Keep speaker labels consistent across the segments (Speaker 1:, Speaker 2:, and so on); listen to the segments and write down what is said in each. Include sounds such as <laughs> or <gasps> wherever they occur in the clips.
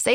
Speaker 1: Say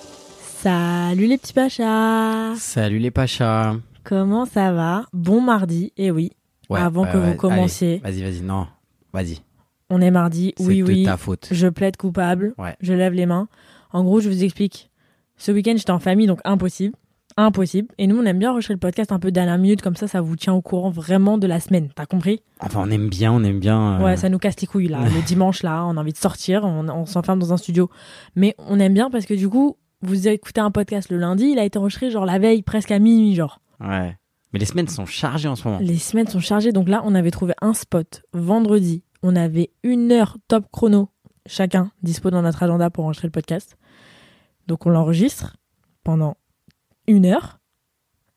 Speaker 2: Salut les petits pachas
Speaker 3: Salut les Pachas
Speaker 2: Comment ça va Bon mardi, et oui,
Speaker 3: Ouais,
Speaker 2: Avant
Speaker 3: ouais,
Speaker 2: que vous
Speaker 3: ouais,
Speaker 2: commenciez.
Speaker 3: allez, Vas-y, vas-y, non. Vas-y.
Speaker 2: on est mardi,
Speaker 3: c'est
Speaker 2: oui
Speaker 3: de
Speaker 2: oui,
Speaker 3: ta faute.
Speaker 2: je plaide coupable,
Speaker 3: Ouais.
Speaker 2: je lève les mains. En gros, je vous explique, ce week-end j'étais en famille, donc impossible, impossible. Et nous, on aime bien enregistrer le podcast un peu dernière minute, comme ça, ça vous tient au courant vraiment de la semaine, t'as compris
Speaker 3: Enfin, on aime bien, on aime bien. euh,
Speaker 2: Ouais, ça nous casse les couilles là. le dimanche là, on a envie de sortir, on, on s'enferme dans un studio. Mais on aime bien parce que du coup, vous écoutez un podcast le lundi, il a été enregistré genre la veille, presque à minuit genre.
Speaker 3: ouais. Mais les semaines sont chargées en ce moment.
Speaker 2: Les semaines sont chargées, donc là, on avait trouvé un spot vendredi. On avait une heure top chrono chacun dispo dans notre agenda pour enregistrer le podcast. Donc on l'enregistre pendant une heure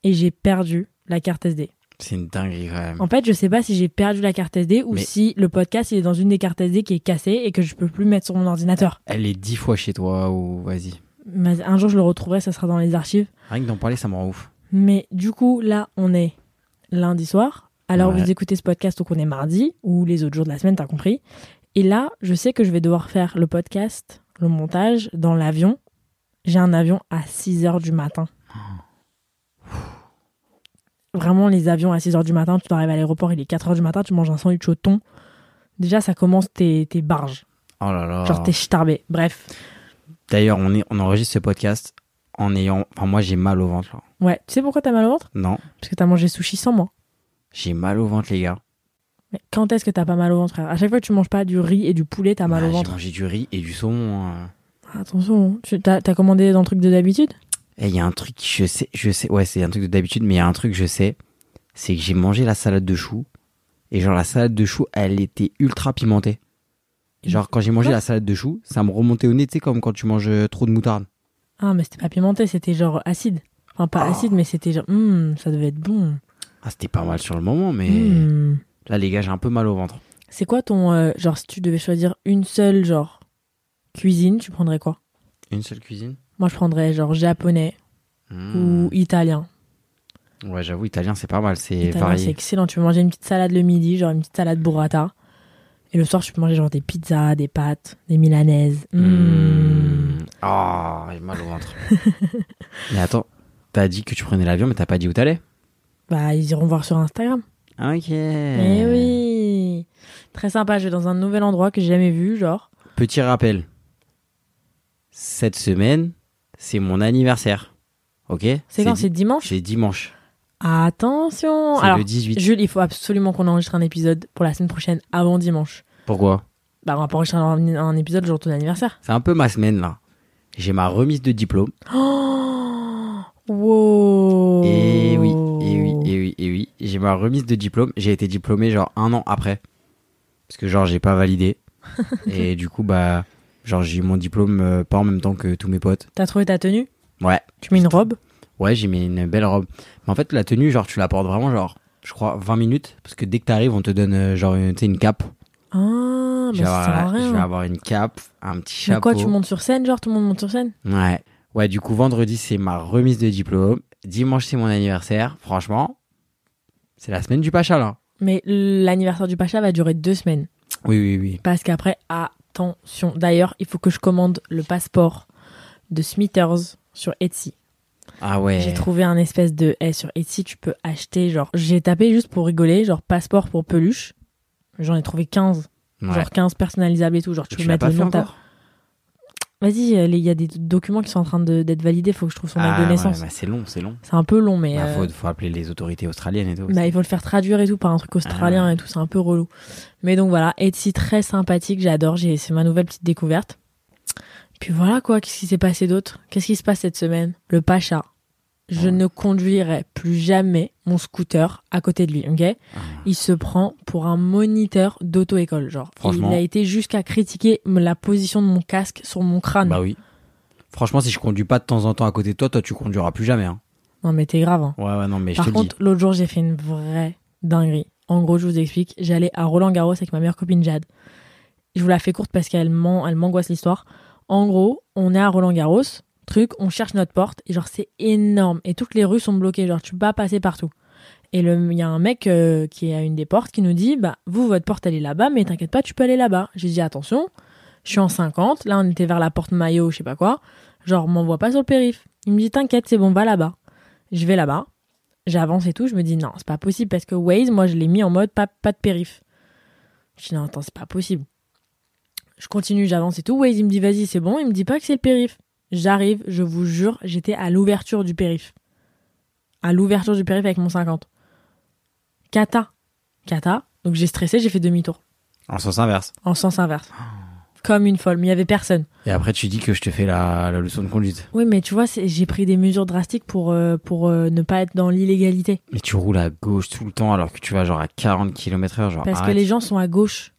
Speaker 2: et j'ai perdu la carte SD.
Speaker 3: C'est une dinguerie quand même.
Speaker 2: En fait, je sais pas si j'ai perdu la carte SD ou
Speaker 3: Mais-
Speaker 2: si le podcast il est dans une des cartes SD qui est cassée et que je peux plus mettre sur mon ordinateur.
Speaker 3: Elle est dix fois chez toi ou vas-y.
Speaker 2: Mais un jour je le retrouverai, ça sera dans les archives.
Speaker 3: Rien que d'en parler, ça me rend ouf.
Speaker 2: Mais du coup, là, on est lundi soir. Alors,
Speaker 3: Ouais.
Speaker 2: vous écoutez ce podcast, donc on est mardi, ou les autres jours de la semaine, t'as compris. Et là, je sais que je vais devoir faire le podcast, le montage, dans l'avion. J'ai un avion à 6 h du matin. Vraiment, les avions à 6 h du matin, tu dois arriver à l'aéroport, il est 4 h du matin, tu manges un sandwich au thon. Déjà, ça commence tes, tes barges.
Speaker 3: Oh là là.
Speaker 2: Genre, t'es starbé. Bref.
Speaker 3: D'ailleurs, on, est- on enregistre ce podcast en ayant. Enfin, moi, j'ai mal au ventre là.
Speaker 2: Ouais, tu sais pourquoi t'as mal au ventre
Speaker 3: Non,
Speaker 2: Parce que t'as mangé sushi sans moi.
Speaker 3: j'ai mal au ventre, les gars.
Speaker 2: Mais quand est-ce que t'as pas mal au ventre frère À chaque fois que tu manges pas du riz et du poulet, t'as mal
Speaker 3: Bah,
Speaker 2: au ventre.
Speaker 3: J'ai mangé du riz et du saumon. euh.
Speaker 2: Attention, hein. tu t'as t'as commandé dans le truc de d'habitude
Speaker 3: Et il Eh, y a un truc, je sais, je sais, ouais, c'est un truc de d'habitude, mais il y a un truc, je sais, c'est que j'ai mangé la salade de choux, et genre la salade de choux, elle était ultra pimentée. Et Genre quand j'ai mangé la salade de choux, ça me remontait au nez, tu sais, comme quand tu manges euh, trop de moutarde.
Speaker 2: Ah, mais c'était pas pimenté, c'était genre acide. Enfin, pas acide, mais c'était genre, Hum, ça devait être bon.
Speaker 3: Ah, c'était pas mal sur le moment, mais
Speaker 2: Hum.
Speaker 3: là, les gars, j'ai un peu mal au ventre.
Speaker 2: C'est quoi ton. euh, genre, si tu devais choisir une seule, genre, cuisine, tu prendrais quoi
Speaker 3: Une seule cuisine
Speaker 2: Moi, je prendrais genre japonais
Speaker 3: Mmh.
Speaker 2: ou italien.
Speaker 3: Ouais, j'avoue, italien, c'est pas mal, c'est
Speaker 2: Italien, c'est
Speaker 3: varié.
Speaker 2: excellent. Tu peux manger une petite salade le midi, genre une petite salade burrata. Et le soir, tu peux manger genre des pizzas, des pâtes, des milanaises. Hmm. Hum.
Speaker 3: Mmh. Hmm. Ah, j'ai mal au
Speaker 2: <laughs>
Speaker 3: ventre. mais attends, t'as dit que tu prenais l'avion, mais t'as pas dit où t'allais
Speaker 2: Bah, ils iront voir sur Instagram.
Speaker 3: Ok.
Speaker 2: Eh
Speaker 3: Euh.
Speaker 2: oui Très sympa, je vais dans un nouvel endroit que j'ai jamais vu, genre.
Speaker 3: Petit rappel. Cette semaine, c'est mon anniversaire. Ok
Speaker 2: C'est quand C'est
Speaker 3: di-
Speaker 2: dimanche
Speaker 3: C'est dimanche.
Speaker 2: Attention
Speaker 3: C'est
Speaker 2: Alors,
Speaker 3: le 18.
Speaker 2: Jules, il faut absolument qu'on enregistre un épisode pour la semaine prochaine, avant dimanche.
Speaker 3: Pourquoi
Speaker 2: Bah, on va pas enregistrer un, un épisode le jour de ton anniversaire. <gasps>
Speaker 3: C'est un peu ma semaine là. J'ai ma remise de diplôme.
Speaker 2: Oh Wow
Speaker 3: Et Eh oui, et
Speaker 2: Oh.
Speaker 3: oui, et oui, et oui. J'ai ma remise de diplôme. J'ai été diplômé genre un an après. Parce que genre, j'ai
Speaker 2: <laughs>
Speaker 3: pas validé. et du coup, bah, genre, j'ai eu mon diplôme euh, pas en même temps que tous mes potes.
Speaker 2: T'as trouvé ta tenue
Speaker 3: Ouais.
Speaker 2: Tu mets une robe
Speaker 3: Ouais, j'ai mis une belle robe. Mais en fait, la tenue, genre, tu la portes vraiment, genre, je crois, 20 minutes. Parce que dès que t'arrives, on te donne, euh, genre, une, tu sais, une cape.
Speaker 2: Ah, mais
Speaker 3: je, vais
Speaker 2: ça sert à
Speaker 3: avoir, je vais
Speaker 2: rien.
Speaker 3: avoir une cape, euh, un petit
Speaker 2: Mais
Speaker 3: chapeau.
Speaker 2: quoi, tu montes sur scène, genre tout le monde monte sur scène
Speaker 3: ouais. ouais, du coup, vendredi, c'est ma remise de diplôme. Dimanche, c'est mon anniversaire. Franchement, c'est la semaine du Pacha, là.
Speaker 2: Mais l'anniversaire du Pacha va durer deux semaines.
Speaker 3: Oui, oui, oui.
Speaker 2: Parce qu'après, attention. D'ailleurs, il faut que je commande le passeport de Smithers sur Etsy.
Speaker 3: Ah ouais.
Speaker 2: J'ai trouvé un espèce de eh, sur Etsy, tu peux acheter genre j'ai tapé juste pour rigoler, genre passeport pour peluche. J'en ai trouvé 15,
Speaker 3: Ouais.
Speaker 2: genre 15 personnalisables et tout, genre tu
Speaker 3: Tu
Speaker 2: peux
Speaker 3: l'as
Speaker 2: mettre
Speaker 3: pas
Speaker 2: le
Speaker 3: fait
Speaker 2: nom de ta-
Speaker 3: encore
Speaker 2: Vas-y, euh, les- il y a des documents qui sont en train de- d'être validés, faut que je trouve son acte
Speaker 3: Ah,
Speaker 2: de
Speaker 3: ouais,
Speaker 2: naissance.
Speaker 3: bah, c'est long, c'est long.
Speaker 2: C'est un peu long, mais.
Speaker 3: Il
Speaker 2: euh,
Speaker 3: faut, faut appeler les autorités australiennes et tout.
Speaker 2: Bah, il faut le faire traduire et tout par un truc
Speaker 3: Ah.
Speaker 2: australien et tout, c'est un peu relou. Mais donc voilà, Etsy très sympathique, j'adore, j'ai- c'est ma nouvelle petite découverte. Puis voilà quoi, qu'est-ce qui s'est passé d'autre Qu'est-ce qui se passe cette semaine Le Pacha. Je
Speaker 3: Ouais.
Speaker 2: ne conduirai plus jamais mon scooter à côté de lui, ok
Speaker 3: Ah.
Speaker 2: Il se prend pour un moniteur d'auto-école, genre.
Speaker 3: Franchement.
Speaker 2: Il a été jusqu'à critiquer la position de mon casque sur mon crâne.
Speaker 3: Bah oui. Franchement, si je conduis pas de temps en temps à côté de toi, toi tu conduiras plus jamais. Hein.
Speaker 2: Non mais t'es grave, hein.
Speaker 3: Ouais, ouais, non, mais je
Speaker 2: Par
Speaker 3: te le dis.
Speaker 2: contre, l'autre jour, j'ai fait une vraie dinguerie. En gros, je vous explique, j'allais à Roland Garros avec ma meilleure copine Jade. Je vous la fais courte parce qu'elle m'an- elle m'angoisse l'histoire. En gros, on est à Roland Garros, truc, on cherche notre porte, et genre c'est énorme, et toutes les rues sont bloquées, genre tu peux pas passer partout. Et le- il y a un mec euh, qui est à une des portes qui nous dit, bah vous, votre porte elle est là-bas, mais t'inquiète pas, tu peux aller là-bas. J'ai dit, attention, je suis en 50, là on était vers la porte maillot, je sais pas quoi, genre m'envoie pas sur le périph. Il me dit, t'inquiète, c'est bon, va là-bas. Je vais là-bas, j'avance et tout, je me dis non, c'est pas possible parce que Waze, moi je l'ai mis en mode pas, pas de périph. Je dis non, attends, c'est pas possible. Je continue, j'avance et tout. Waze, il me dit vas-y, c'est bon, il me dit pas que c'est le périph. J'arrive, je vous jure, j'étais à l'ouverture du périph. À l'ouverture du périph avec mon 50. Kata. Kata. Donc j'ai stressé, j'ai fait demi-tour.
Speaker 3: En sens inverse.
Speaker 2: En sens inverse. Comme une folle, mais il y avait personne.
Speaker 3: Et après, tu dis que je te fais la, la leçon de conduite.
Speaker 2: Oui, mais tu vois, c'est- j'ai pris des mesures drastiques pour, euh, pour euh, ne pas être dans l'illégalité.
Speaker 3: Mais tu roules à gauche tout le temps alors que tu vas genre à 40 km/h. Genre,
Speaker 2: Parce que
Speaker 3: Bah, arrête.
Speaker 2: les gens sont à gauche.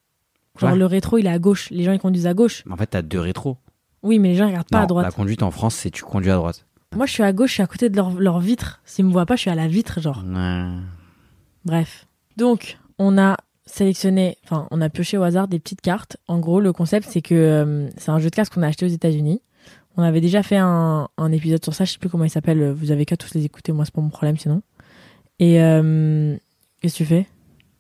Speaker 2: Genre
Speaker 3: Quoi
Speaker 2: le rétro, il est à gauche. Les gens, ils conduisent à gauche.
Speaker 3: Mais En fait, t'as deux rétros.
Speaker 2: Oui, mais les gens, ils regardent pas
Speaker 3: Non,
Speaker 2: à droite.
Speaker 3: La conduite en France, c'est tu conduis à droite.
Speaker 2: Moi, je suis à gauche, je suis à côté de leur, leur vitre. S'ils me voient pas, je suis à la vitre, genre.
Speaker 3: Ouais.
Speaker 2: Bref. Donc, on a sélectionné, enfin, on a pioché au hasard des petites cartes. En gros, le concept, c'est que euh, c'est un jeu de cartes qu'on a acheté aux États-Unis. On avait déjà fait un, un épisode sur ça, je sais plus comment il s'appelle. euh, Vous avez qu'à tous les écouter, moi, c'est pas mon problème, sinon. Et euh, qu'est-ce que tu fais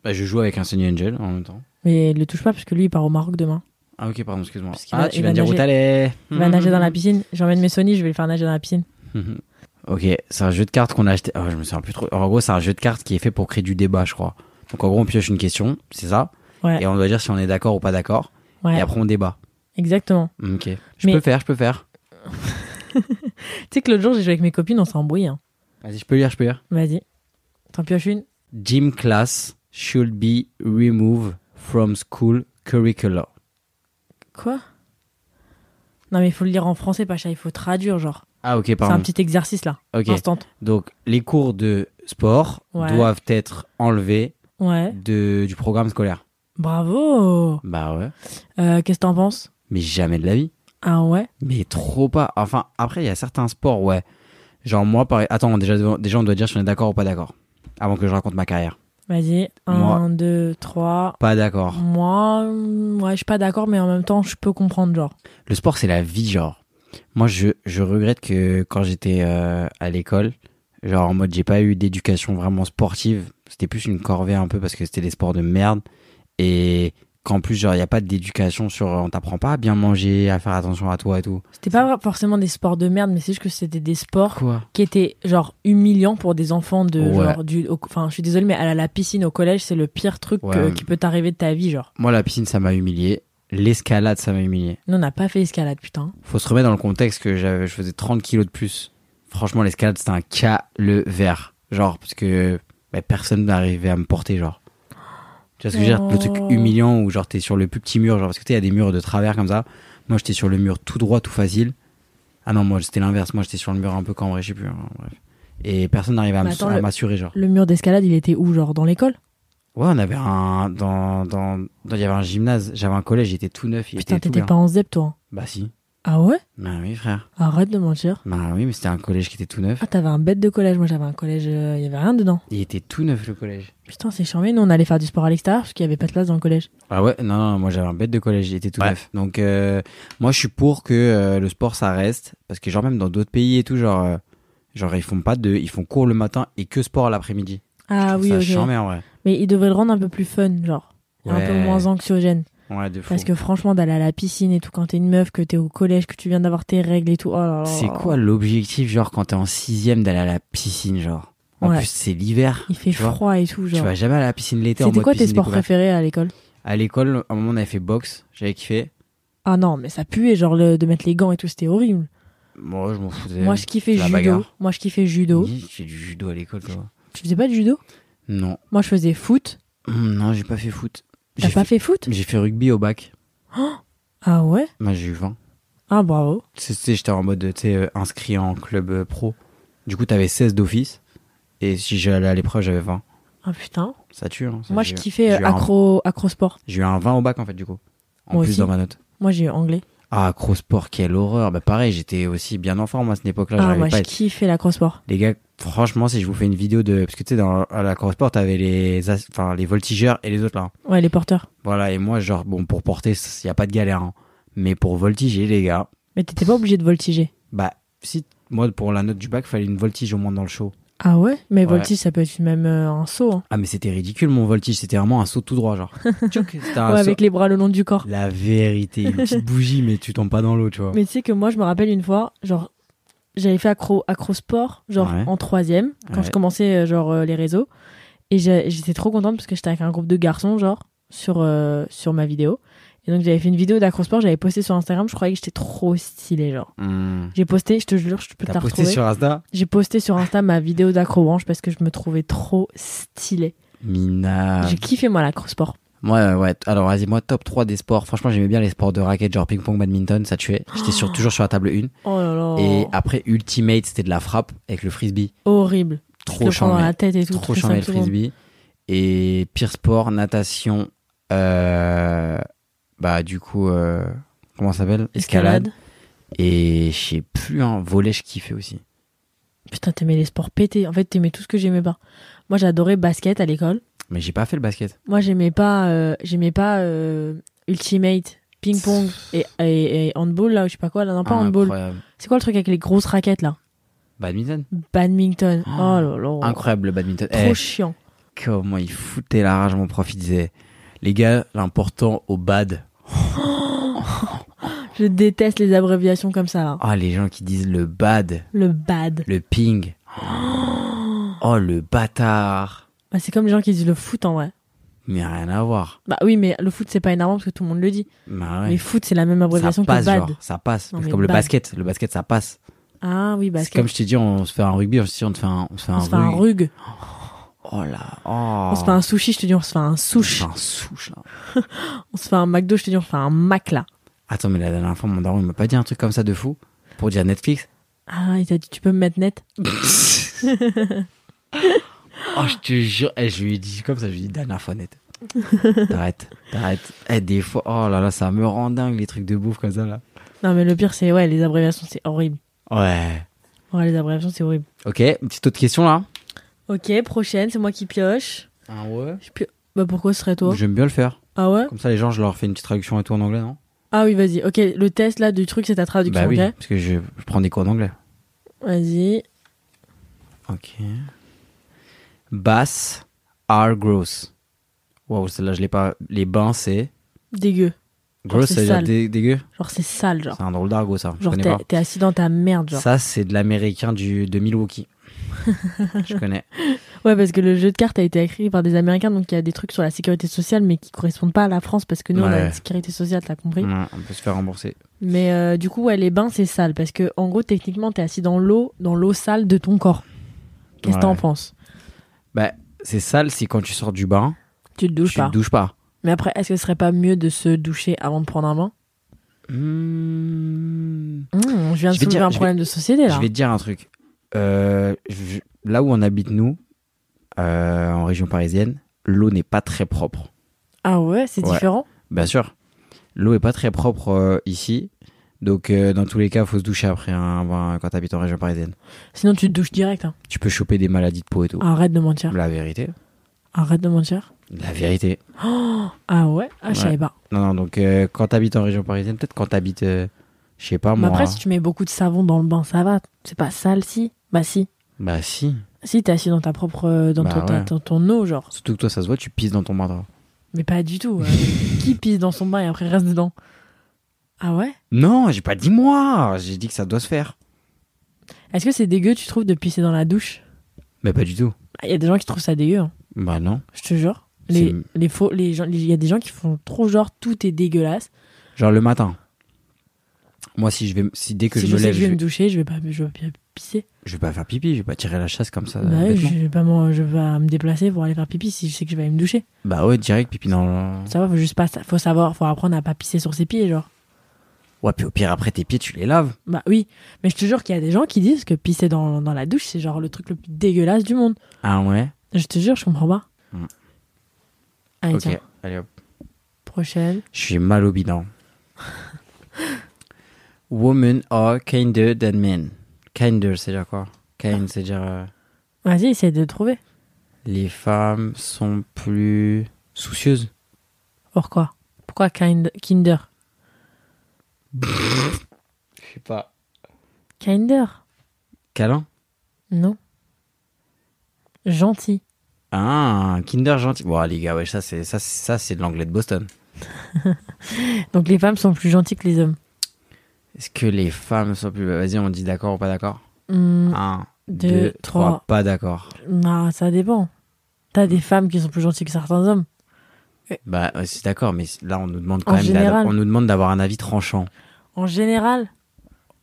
Speaker 3: Bah, je joue avec un Sunny Angel en même temps.
Speaker 2: Mais le touche pas, parce que lui, il part au Maroc demain.
Speaker 3: Ah, ok, pardon, excuse-moi.
Speaker 2: Parce qu'il
Speaker 3: Ah,
Speaker 2: va- il
Speaker 3: tu
Speaker 2: va
Speaker 3: viens de dire où
Speaker 2: nager.
Speaker 3: t'allais.
Speaker 2: Il va
Speaker 3: mmh,
Speaker 2: nager dans la piscine. J'emmène mes Sony, je vais le faire nager dans la piscine.
Speaker 3: <laughs> Ok, c'est un jeu de cartes qu'on a acheté. Oh, je me souviens plus trop. En gros, c'est un jeu de cartes qui est fait pour créer du débat, je crois. Donc, en gros, on pioche une question, c'est ça.
Speaker 2: Ouais.
Speaker 3: Et on doit dire si on est d'accord ou pas d'accord.
Speaker 2: Ouais,
Speaker 3: Et après, on débat.
Speaker 2: exactement.
Speaker 3: Ok. Je
Speaker 2: Mais-
Speaker 3: peux faire, je peux faire.
Speaker 2: Tu sais que l'autre jour, j'ai joué avec mes copines, on s'est embrouillé. hein.
Speaker 3: Vas-y, je peux lire, je peux lire.
Speaker 2: Vas-y. T'en pioches une
Speaker 3: Gym class should be removed from school curricula.
Speaker 2: Quoi Non, mais il faut le lire en français, Pacha, il faut traduire, genre.
Speaker 3: Ah, ok,
Speaker 2: C'est un
Speaker 3: pardon.
Speaker 2: petit exercice, là.
Speaker 3: Ok.
Speaker 2: Instant.
Speaker 3: Donc, les cours de sport
Speaker 2: Ouais.
Speaker 3: doivent être enlevés
Speaker 2: Ouais.
Speaker 3: de, du programme scolaire.
Speaker 2: Bravo
Speaker 3: Bah ouais.
Speaker 2: Euh, Qu'est-ce que t'en penses
Speaker 3: Mais jamais de la vie.
Speaker 2: Ah ouais
Speaker 3: Mais trop pas. Enfin, après, il y a certains sports, ouais. Genre, moi, pareil. Attends, déjà, déjà on doit dire si on est d'accord ou pas d'accord. Avant que je raconte ma carrière.
Speaker 2: Vas-y.
Speaker 3: Moi.
Speaker 2: Un, deux, trois.
Speaker 3: Pas d'accord.
Speaker 2: Moi, hum, ouais, je suis pas d'accord, mais en même temps, je peux comprendre, genre.
Speaker 3: Le sport, c'est la vie, genre. Moi, je, je regrette que quand j'étais euh, à l'école, genre, en mode, j'ai pas eu d'éducation vraiment sportive. C'était plus une corvée un peu parce que c'était des sports de merde. Et qu'en plus, genre, il n'y a pas d'éducation sur. euh, On t'apprend pas à bien manger, à faire attention à toi et tout.
Speaker 2: C'était pas forcément des sports de merde, mais c'est juste que c'était des sports
Speaker 3: Quoi
Speaker 2: qui étaient, genre, humiliants pour des enfants de,
Speaker 3: Ouais.
Speaker 2: genre, du... au- Enfin, je suis désolée, mais à la, la piscine au collège, c'est le pire truc
Speaker 3: Ouais.
Speaker 2: que- qui peut t'arriver de ta vie, genre.
Speaker 3: Moi, la piscine, ça m'a humilié. L'escalade, ça m'a humilié.
Speaker 2: Nous, on n'a pas fait escalade, putain.
Speaker 3: faut se remettre dans le contexte que j'avais, je faisais 30 kilos de plus. Franchement, l'escalade, c'était un calvaire. Genre, parce que bah, personne n'arrivait à me porter, genre. Tu vois ce que je veux dire Le truc
Speaker 2: Oh.
Speaker 3: humiliant où, genre, t'es sur le plus petit mur, genre, parce que tu sais, il y a des murs de travers comme ça. Moi, j'étais sur le mur tout droit, tout facile. Ah non, moi, c'était l'inverse. Moi, j'étais sur le mur un peu cambré, je sais plus. hein, bref. Et personne n'arrivait à
Speaker 2: Mais
Speaker 3: me-
Speaker 2: attends,
Speaker 3: à
Speaker 2: le-
Speaker 3: m'assurer, genre.
Speaker 2: Le mur d'escalade, il était où Genre dans l'école
Speaker 3: Ouais, on avait un. Dans. dans, dans- il y avait un gymnase, j'avais un collège, j'étais tout neuf, il
Speaker 2: Putain,
Speaker 3: était tout
Speaker 2: t'étais
Speaker 3: bien.
Speaker 2: pas en ZEP, toi. hein.
Speaker 3: Bah, si.
Speaker 2: Ah ouais
Speaker 3: Bah oui, frère.
Speaker 2: Arrête de mentir.
Speaker 3: Bah oui, mais c'était un collège qui était tout neuf.
Speaker 2: Ah, t'avais un bête de collège. Moi, j'avais un collège, euh, il y avait rien dedans.
Speaker 3: Il était tout neuf le collège.
Speaker 2: Putain, c'est charmé. Nous, on allait faire du sport à l'extérieur parce qu'il y avait pas de place dans le collège.
Speaker 3: Ah ouais, non, non moi j'avais un bête de collège, il était tout
Speaker 4: Ouais.
Speaker 3: neuf. Donc euh, moi je suis pour que euh, le sport ça reste parce que genre même dans d'autres pays et tout genre euh, genre ils font pas de ils font cours le matin et que sport l'après-midi.
Speaker 2: Ah oui,
Speaker 3: ça
Speaker 2: ok.
Speaker 3: chambé, en vrai.
Speaker 2: Mais il devrait le rendre un peu plus fun, genre. Et Un peu
Speaker 3: Ouais.
Speaker 2: moins anxiogène.
Speaker 3: Ouais, de fou.
Speaker 2: Parce que franchement, d'aller à la piscine et tout, quand t'es une meuf, que t'es au collège, que tu viens d'avoir tes règles et tout. oh là là
Speaker 3: c'est
Speaker 2: là là.
Speaker 3: quoi l'objectif genre quand t'es en sixième d'aller à la piscine genre En
Speaker 2: Ouais.
Speaker 3: plus c'est l'hiver.
Speaker 2: Il fait
Speaker 3: tu vois.
Speaker 2: froid et tout,
Speaker 3: Tu
Speaker 2: genre.
Speaker 3: vas jamais à la piscine l'été en
Speaker 2: C'était
Speaker 3: mode
Speaker 2: quoi tes
Speaker 3: piscine
Speaker 2: sports
Speaker 3: découverte.
Speaker 2: préférés à l'école
Speaker 3: À l'école, à un moment on avait fait boxe, j'avais kiffé.
Speaker 2: Ah non, mais ça puait, genre le- de mettre les gants et tout, c'était horrible.
Speaker 3: Moi, je m'en foutais.
Speaker 2: Moi, je kiffais
Speaker 3: Euh, la
Speaker 2: judo.
Speaker 3: bagarre.
Speaker 2: Moi, je kiffais judo.
Speaker 3: Dis, Tu fais du judo à l'école, toi
Speaker 2: Tu faisais pas de judo
Speaker 3: Non.
Speaker 2: Moi, je faisais foot.
Speaker 3: Hum, Non, j'ai pas fait foot.
Speaker 2: T'as
Speaker 3: J'ai
Speaker 2: pas fait foot
Speaker 3: J'ai fait rugby au bac.
Speaker 2: Ah ouais
Speaker 3: Moi, j'ai eu 20.
Speaker 2: Ah bravo.
Speaker 3: Tu sais, j'étais en mode, tu sais, euh, inscrit en club euh, pro. Du coup, t'avais 16 d'office. Et si j'allais à l'épreuve, j'avais 20.
Speaker 2: Ah putain.
Speaker 3: Ça tue, hein. ça,
Speaker 2: Moi,
Speaker 3: j'ai
Speaker 2: je
Speaker 3: eu-
Speaker 2: kiffais
Speaker 3: j'ai
Speaker 2: euh,
Speaker 3: eu un-
Speaker 2: accro, accro-sport.
Speaker 3: J'ai eu un 20 au bac, en fait, du coup. En
Speaker 2: Moi
Speaker 3: plus
Speaker 2: aussi.
Speaker 3: dans ma note.
Speaker 2: Moi, j'ai eu anglais.
Speaker 3: Ah, accro sport, quelle horreur. Bah, pareil, j'étais aussi bien en forme à cette époque-là.
Speaker 2: ah,
Speaker 3: j'arrivais
Speaker 2: moi,
Speaker 3: pas à
Speaker 2: je
Speaker 3: être-
Speaker 2: kiffais l'accro-sport.
Speaker 3: Les gars, franchement, si je vous fais une vidéo de. Parce que tu sais, dans à la cross sport, t'avais les, as- enfin, les voltigeurs et les autres là. hein.
Speaker 2: Ouais, les porteurs.
Speaker 3: Voilà, et moi, genre, bon, pour porter, il n'y a pas de galère. hein. Mais pour voltiger, les gars,
Speaker 2: Mais t'étais pas obligé de voltiger.
Speaker 3: bah, si, moi, pour la note du bac, fallait une voltige au moins dans le show.
Speaker 2: Ah ouais Mais
Speaker 3: Ouais.
Speaker 2: voltige, ça peut être même euh, un saut. hein.
Speaker 3: Ah, mais c'était ridicule, mon voltige. C'était vraiment un saut tout
Speaker 2: <laughs>
Speaker 3: droit, genre. Tchouk, c'était un
Speaker 2: ouais,
Speaker 3: saut-
Speaker 2: avec les bras le long du corps.
Speaker 3: La vérité,
Speaker 2: <laughs>
Speaker 3: une petite bougie, mais tu tombes pas dans l'eau, tu vois.
Speaker 2: Mais tu sais que moi, je me rappelle une fois, genre, j'avais fait accro, accro sport, genre
Speaker 3: Ouais.
Speaker 2: en troisième, quand
Speaker 3: Ouais.
Speaker 2: je commençais, euh, genre, euh, les réseaux. Et j'ai- j'étais trop contente parce que j'étais avec un groupe de garçons, genre, sur, euh, sur ma vidéo. Et donc, j'avais fait une vidéo d'accro sport, j'avais posté sur Instagram, je croyais que j'étais trop stylée, genre.
Speaker 3: Hmm.
Speaker 2: J'ai posté, je te jure, je peux te
Speaker 3: T'as
Speaker 2: la
Speaker 3: posté
Speaker 2: retrouver.
Speaker 3: sur Insta
Speaker 2: J'ai posté sur Insta ma vidéo d'accro branche parce que je me trouvais trop stylée.
Speaker 3: Mina.
Speaker 2: J'ai kiffé, moi, l'accro sport.
Speaker 3: Ouais, ouais. Alors, vas-y, moi, top 3 des sports. Franchement, j'aimais bien les sports de raquettes, genre ping-pong, badminton, ça tuait.
Speaker 2: <gasps>
Speaker 3: J'étais sur, toujours sur la table 1.
Speaker 2: Oh là là.
Speaker 3: Et après, ultimate, c'était de la frappe avec le frisbee.
Speaker 2: Horrible. Tu te
Speaker 3: Trop
Speaker 2: le prends dans
Speaker 3: charmé.
Speaker 2: la tête et tout.
Speaker 3: trop
Speaker 2: très
Speaker 3: charmé le
Speaker 2: simplement.
Speaker 3: frisbee. Et pire sport, natation, euh, bah du coup, euh, comment ça s'appelle
Speaker 2: Escalade.
Speaker 3: Et je sais plus, hein, volet, je kiffais aussi.
Speaker 2: Putain, t'aimais les sports pétés. En fait, t'aimais tout ce que j'aimais pas. Moi, j'adorais basket à l'école.
Speaker 3: Mais j'ai pas fait le basket.
Speaker 2: Moi, j'aimais pas, euh, j'aimais pas euh, ultimate, ping pong et, et, et handball là, ou je sais pas quoi. Là, non, pas handball.
Speaker 3: Ah, Incroyable.
Speaker 2: C'est quoi le truc avec les grosses raquettes là
Speaker 3: Badminton
Speaker 2: Badminton. Oh, là là.
Speaker 3: Ah, Incroyable le badminton.
Speaker 2: Trop
Speaker 3: Eh,
Speaker 2: chiant.
Speaker 3: comment il foutait la rage, mon prof, il disait Les gars, l'important au bad.
Speaker 2: Je déteste les abréviations comme ça. Là.
Speaker 3: Ah, les gens qui disent le bad,
Speaker 2: Le bad.
Speaker 3: le
Speaker 2: <gasps>
Speaker 3: ping. Oh, le bâtard.
Speaker 2: Bah, c'est comme les gens qui disent le foot en vrai.
Speaker 3: Mais rien à voir.
Speaker 2: Bah oui, mais le foot c'est pas énorme parce que tout le monde le dit.
Speaker 3: Bah ouais.
Speaker 2: Mais foot c'est la même abréviation
Speaker 3: ça passe,
Speaker 2: que bad.
Speaker 3: genre, ça passe.
Speaker 2: Non,
Speaker 3: Parce
Speaker 2: mais
Speaker 3: que comme le
Speaker 2: bad.
Speaker 3: basket, le basket, ça passe.
Speaker 2: Ah oui,
Speaker 3: C'est
Speaker 2: basket.
Speaker 3: comme je t'ai dit, on se fait un rugby, on se dit, on te fait un, on se fait
Speaker 2: on
Speaker 3: un
Speaker 2: se fait un
Speaker 3: rugby.
Speaker 2: rug.
Speaker 3: Oh là, oh.
Speaker 2: On se fait un sushi, je te dis, on se fait un
Speaker 3: On se
Speaker 2: souche.
Speaker 3: fait un souche, là.
Speaker 2: On se fait un McDo, je te dis, on se fait un Mac là.
Speaker 3: Attends, mais la dernière fois, mon daron, il m'a pas dit un truc comme ça de fou pour
Speaker 2: <laughs>
Speaker 3: dire Netflix.
Speaker 2: Ah, il t'a dit, tu peux me mettre net
Speaker 3: oh, je te jure, eh, je lui ai dit comme ça, je lui ai dit dernière fois net. T'arrêtes, t'arrêtes. Eh, des fois, oh là là, ça me rend dingue les trucs de bouffe comme ça là.
Speaker 2: Non, mais le pire, c'est, ouais, les abréviations, c'est horrible.
Speaker 3: Ouais.
Speaker 2: Ouais, les abréviations, c'est horrible.
Speaker 3: Ok, une petite autre question là.
Speaker 2: Ok, prochaine, c'est moi qui pioche.
Speaker 3: Ah ouais.
Speaker 2: Je pio- Bah, pourquoi ce serait toi
Speaker 3: J'aime bien le faire.
Speaker 2: Ah ouais
Speaker 3: Comme ça, les gens, je leur fais une petite traduction et tout en anglais, non
Speaker 2: Ah oui, vas-y. Ok, le test là du truc, c'est ta traduction,
Speaker 3: Bah oui,
Speaker 2: ok
Speaker 3: parce que je, je prends des cours d'anglais.
Speaker 2: Vas-y.
Speaker 3: Ok. Bass are gross. Wow, celle-là, je l'ai pas. Les bains, c'est.
Speaker 2: Dégueu.
Speaker 3: Gross,
Speaker 2: Oh, c'est
Speaker 3: ça veut dire
Speaker 2: sale.
Speaker 3: dé- dégueu
Speaker 2: Genre, c'est sale, genre.
Speaker 3: C'est un drôle d'argot, ça. je
Speaker 2: Genre,
Speaker 3: connais
Speaker 2: t'es
Speaker 3: pas.
Speaker 2: t'es assis dans ta merde, genre.
Speaker 3: Ça, c'est de l'américain du, de
Speaker 2: <laughs>
Speaker 3: Milwaukee. je connais.
Speaker 2: Ouais, parce que le jeu de cartes a été écrit par des Américains, donc il y a des trucs sur la sécurité sociale, mais qui correspondent pas à la France, parce que nous, on a
Speaker 3: Ouais.
Speaker 2: une sécurité sociale, t'as compris.
Speaker 3: Ouais, on peut se faire rembourser.
Speaker 2: Mais euh, du coup, ouais, les bains, c'est sale, parce que en gros, techniquement, t'es assis dans l'eau, dans l'eau sale de ton corps. Qu'est-ce que
Speaker 3: Ouais.
Speaker 2: t'en penses
Speaker 3: Bah, c'est sale si quand tu sors du bain,
Speaker 2: Tu te douches
Speaker 3: tu
Speaker 2: pas.
Speaker 3: te douches pas.
Speaker 2: Mais après, est-ce que ce serait pas mieux de se doucher avant de prendre un bain
Speaker 3: Hmm.
Speaker 2: Hum, Je viens de
Speaker 3: Je vais
Speaker 2: soulever
Speaker 3: dire-
Speaker 2: un
Speaker 3: je
Speaker 2: problème de société, là.
Speaker 3: Je vais te dire un truc. Euh, je- là où on habite, nous, euh, en région parisienne, l'eau n'est pas très propre.
Speaker 2: Ah ouais, c'est
Speaker 3: Ouais.
Speaker 2: différent
Speaker 3: Bien sûr. L'eau est pas très propre euh, ici. Donc, euh, dans tous les cas, faut se doucher après un bain quand t'habites en région parisienne.
Speaker 2: Sinon, tu te douches direct. hein.
Speaker 3: Tu peux choper des maladies de peau et tout.
Speaker 2: Arrête de mentir.
Speaker 3: La vérité.
Speaker 2: Arrête de mentir.
Speaker 3: La vérité.
Speaker 2: Ah ouais Ah, je
Speaker 3: Ouais.
Speaker 2: savais pas.
Speaker 3: Non, non, donc euh, quand t'habites en région parisienne, peut-être quand t'habites, euh, je sais pas
Speaker 2: Mais
Speaker 3: moi.
Speaker 2: Bah,
Speaker 3: hein.
Speaker 2: après, si tu mets beaucoup de savon dans le bain, ça va. C'est pas sale, si Bah si.
Speaker 3: Bah si.
Speaker 2: Si t'es assis dans ta propre euh, dans,
Speaker 3: Bah
Speaker 2: ton, ta-
Speaker 3: ouais.
Speaker 2: ton- ton eau genre,
Speaker 3: Surtout que toi, ça se voit, tu pisses dans ton bain. toi.
Speaker 2: mais pas du tout. euh.
Speaker 3: <laughs>
Speaker 2: qui pisse dans son bain et après reste dedans Ah ouais
Speaker 3: Non, j'ai pas dit moi. J'ai dit que ça doit se faire.
Speaker 2: Est-ce que c'est dégueu tu trouves de pisser dans la douche
Speaker 3: Mais pas du tout.
Speaker 2: Il y a des gens qui trouvent ça dégueu, hein,
Speaker 3: Bah non.
Speaker 2: je te jure.
Speaker 3: C'est-
Speaker 2: Les, les faux les gens il y a des gens qui font trop genre tout est dégueulasse.
Speaker 3: Genre le matin. Moi, si je vais, si dès que
Speaker 2: si
Speaker 3: je me
Speaker 2: sais
Speaker 3: lève,
Speaker 2: que je vais
Speaker 3: je,
Speaker 2: me doucher, je vais pas, je vais pas pisser.
Speaker 3: je vais pas faire pipi, je vais pas tirer la chasse comme ça.
Speaker 2: bah oui,
Speaker 3: Euh, bêtement.
Speaker 2: je vais pas, m'en- je vais pas me déplacer pour aller faire pipi si je sais que je vais aller me doucher.
Speaker 3: Bah ouais, direct pipi dans le...
Speaker 2: Ça va, faut juste pas, faut savoir, faut apprendre à pas pisser sur ses pieds, genre.
Speaker 3: Ouais, puis au pire, après tes pieds, tu les laves.
Speaker 2: Bah oui, mais je te jure qu'il y a des gens qui disent que pisser dans, dans la douche, c'est genre le truc le plus dégueulasse du monde.
Speaker 3: Ah ouais
Speaker 2: Je te jure, je comprends pas.
Speaker 3: Hmm.
Speaker 2: Allez,
Speaker 3: Ok,
Speaker 2: tiens,
Speaker 3: allez hop.
Speaker 2: prochaine.
Speaker 3: J'ai mal au bilan. <laughs> Women are kinder than men. Kinder, c'est-à-dire quoi Kind, c'est-à-dire... euh,
Speaker 2: Vas-y, essaye de trouver.
Speaker 3: les femmes sont plus soucieuses.
Speaker 2: Pourquoi Pourquoi kind, Kinder
Speaker 3: Je sais pas.
Speaker 2: Kinder
Speaker 3: Câlin
Speaker 2: Non. Gentil.
Speaker 3: Ah, Kinder gentil. Bon, les gars, ouais, ça, c'est ça, c'est- ça, c'est de l'anglais de Boston.
Speaker 2: Donc les femmes sont plus gentilles que les hommes.
Speaker 3: Est-ce que les femmes sont plus... Vas-y, on dit d'accord ou pas d'accord
Speaker 2: Hmm,
Speaker 3: Un,
Speaker 2: Deux,
Speaker 3: deux,
Speaker 2: trois.
Speaker 3: trois. Pas d'accord.
Speaker 2: ah, ça dépend. T'as des femmes qui sont plus gentilles que certains hommes.
Speaker 3: Bah, ouais, c'est d'accord, mais là, on nous demande quand
Speaker 2: En
Speaker 3: même... d'a-
Speaker 2: général.
Speaker 3: On nous demande d'avoir un avis tranchant.
Speaker 2: En général,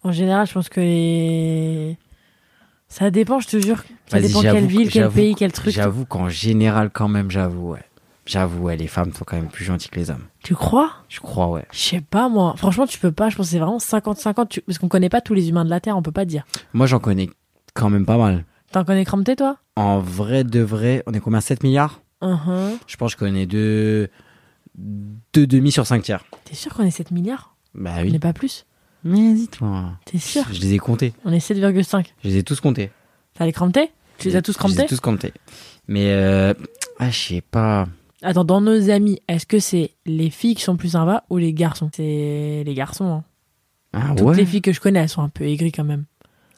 Speaker 2: en général, je pense que les... ça dépend, je te jure. Ça
Speaker 3: Vas-y,
Speaker 2: dépend
Speaker 3: j'avoue
Speaker 2: quelle
Speaker 3: que-
Speaker 2: ville, quel
Speaker 3: j'avoue
Speaker 2: pays,
Speaker 3: que-
Speaker 2: quel truc.
Speaker 3: J'avoue qu'en général, quand même, j'avoue, ouais. J'avoue, ouais, les femmes sont quand même plus gentilles que les hommes.
Speaker 2: Tu crois
Speaker 3: Je crois, ouais.
Speaker 2: Je sais pas moi. Franchement, tu peux pas. Je pense que c'est vraiment 50-50. tu- Parce qu'on connaît pas tous les humains de la Terre, on peut pas dire.
Speaker 3: Moi, j'en connais quand même pas mal.
Speaker 2: T'en connais Crampté, toi
Speaker 3: En vrai de vrai, on est combien 7 milliards
Speaker 2: Uhum.
Speaker 3: Je pense que je connais deux... deux demi sur 5 tiers.
Speaker 2: T'es sûr qu'on est 7 milliards
Speaker 3: Bah
Speaker 2: On n'est
Speaker 3: oui.
Speaker 2: pas plus
Speaker 3: Mais dis-toi.
Speaker 2: T'es sûr
Speaker 3: Je les ai comptés.
Speaker 2: On est 7,5.
Speaker 3: Je les ai tous comptés.
Speaker 2: T'as les Crampté Tu les as tous
Speaker 3: Je les
Speaker 2: Crampté
Speaker 3: ai tous comptés. Mais, euh... ah, je sais pas.
Speaker 2: Attends, dans nos amis, est-ce que c'est les filles qui sont plus sympas ou les garçons C'est les garçons. hein.
Speaker 3: Ah
Speaker 2: Toutes
Speaker 3: ouais
Speaker 2: les filles que je connais, elles sont un peu aigries quand même.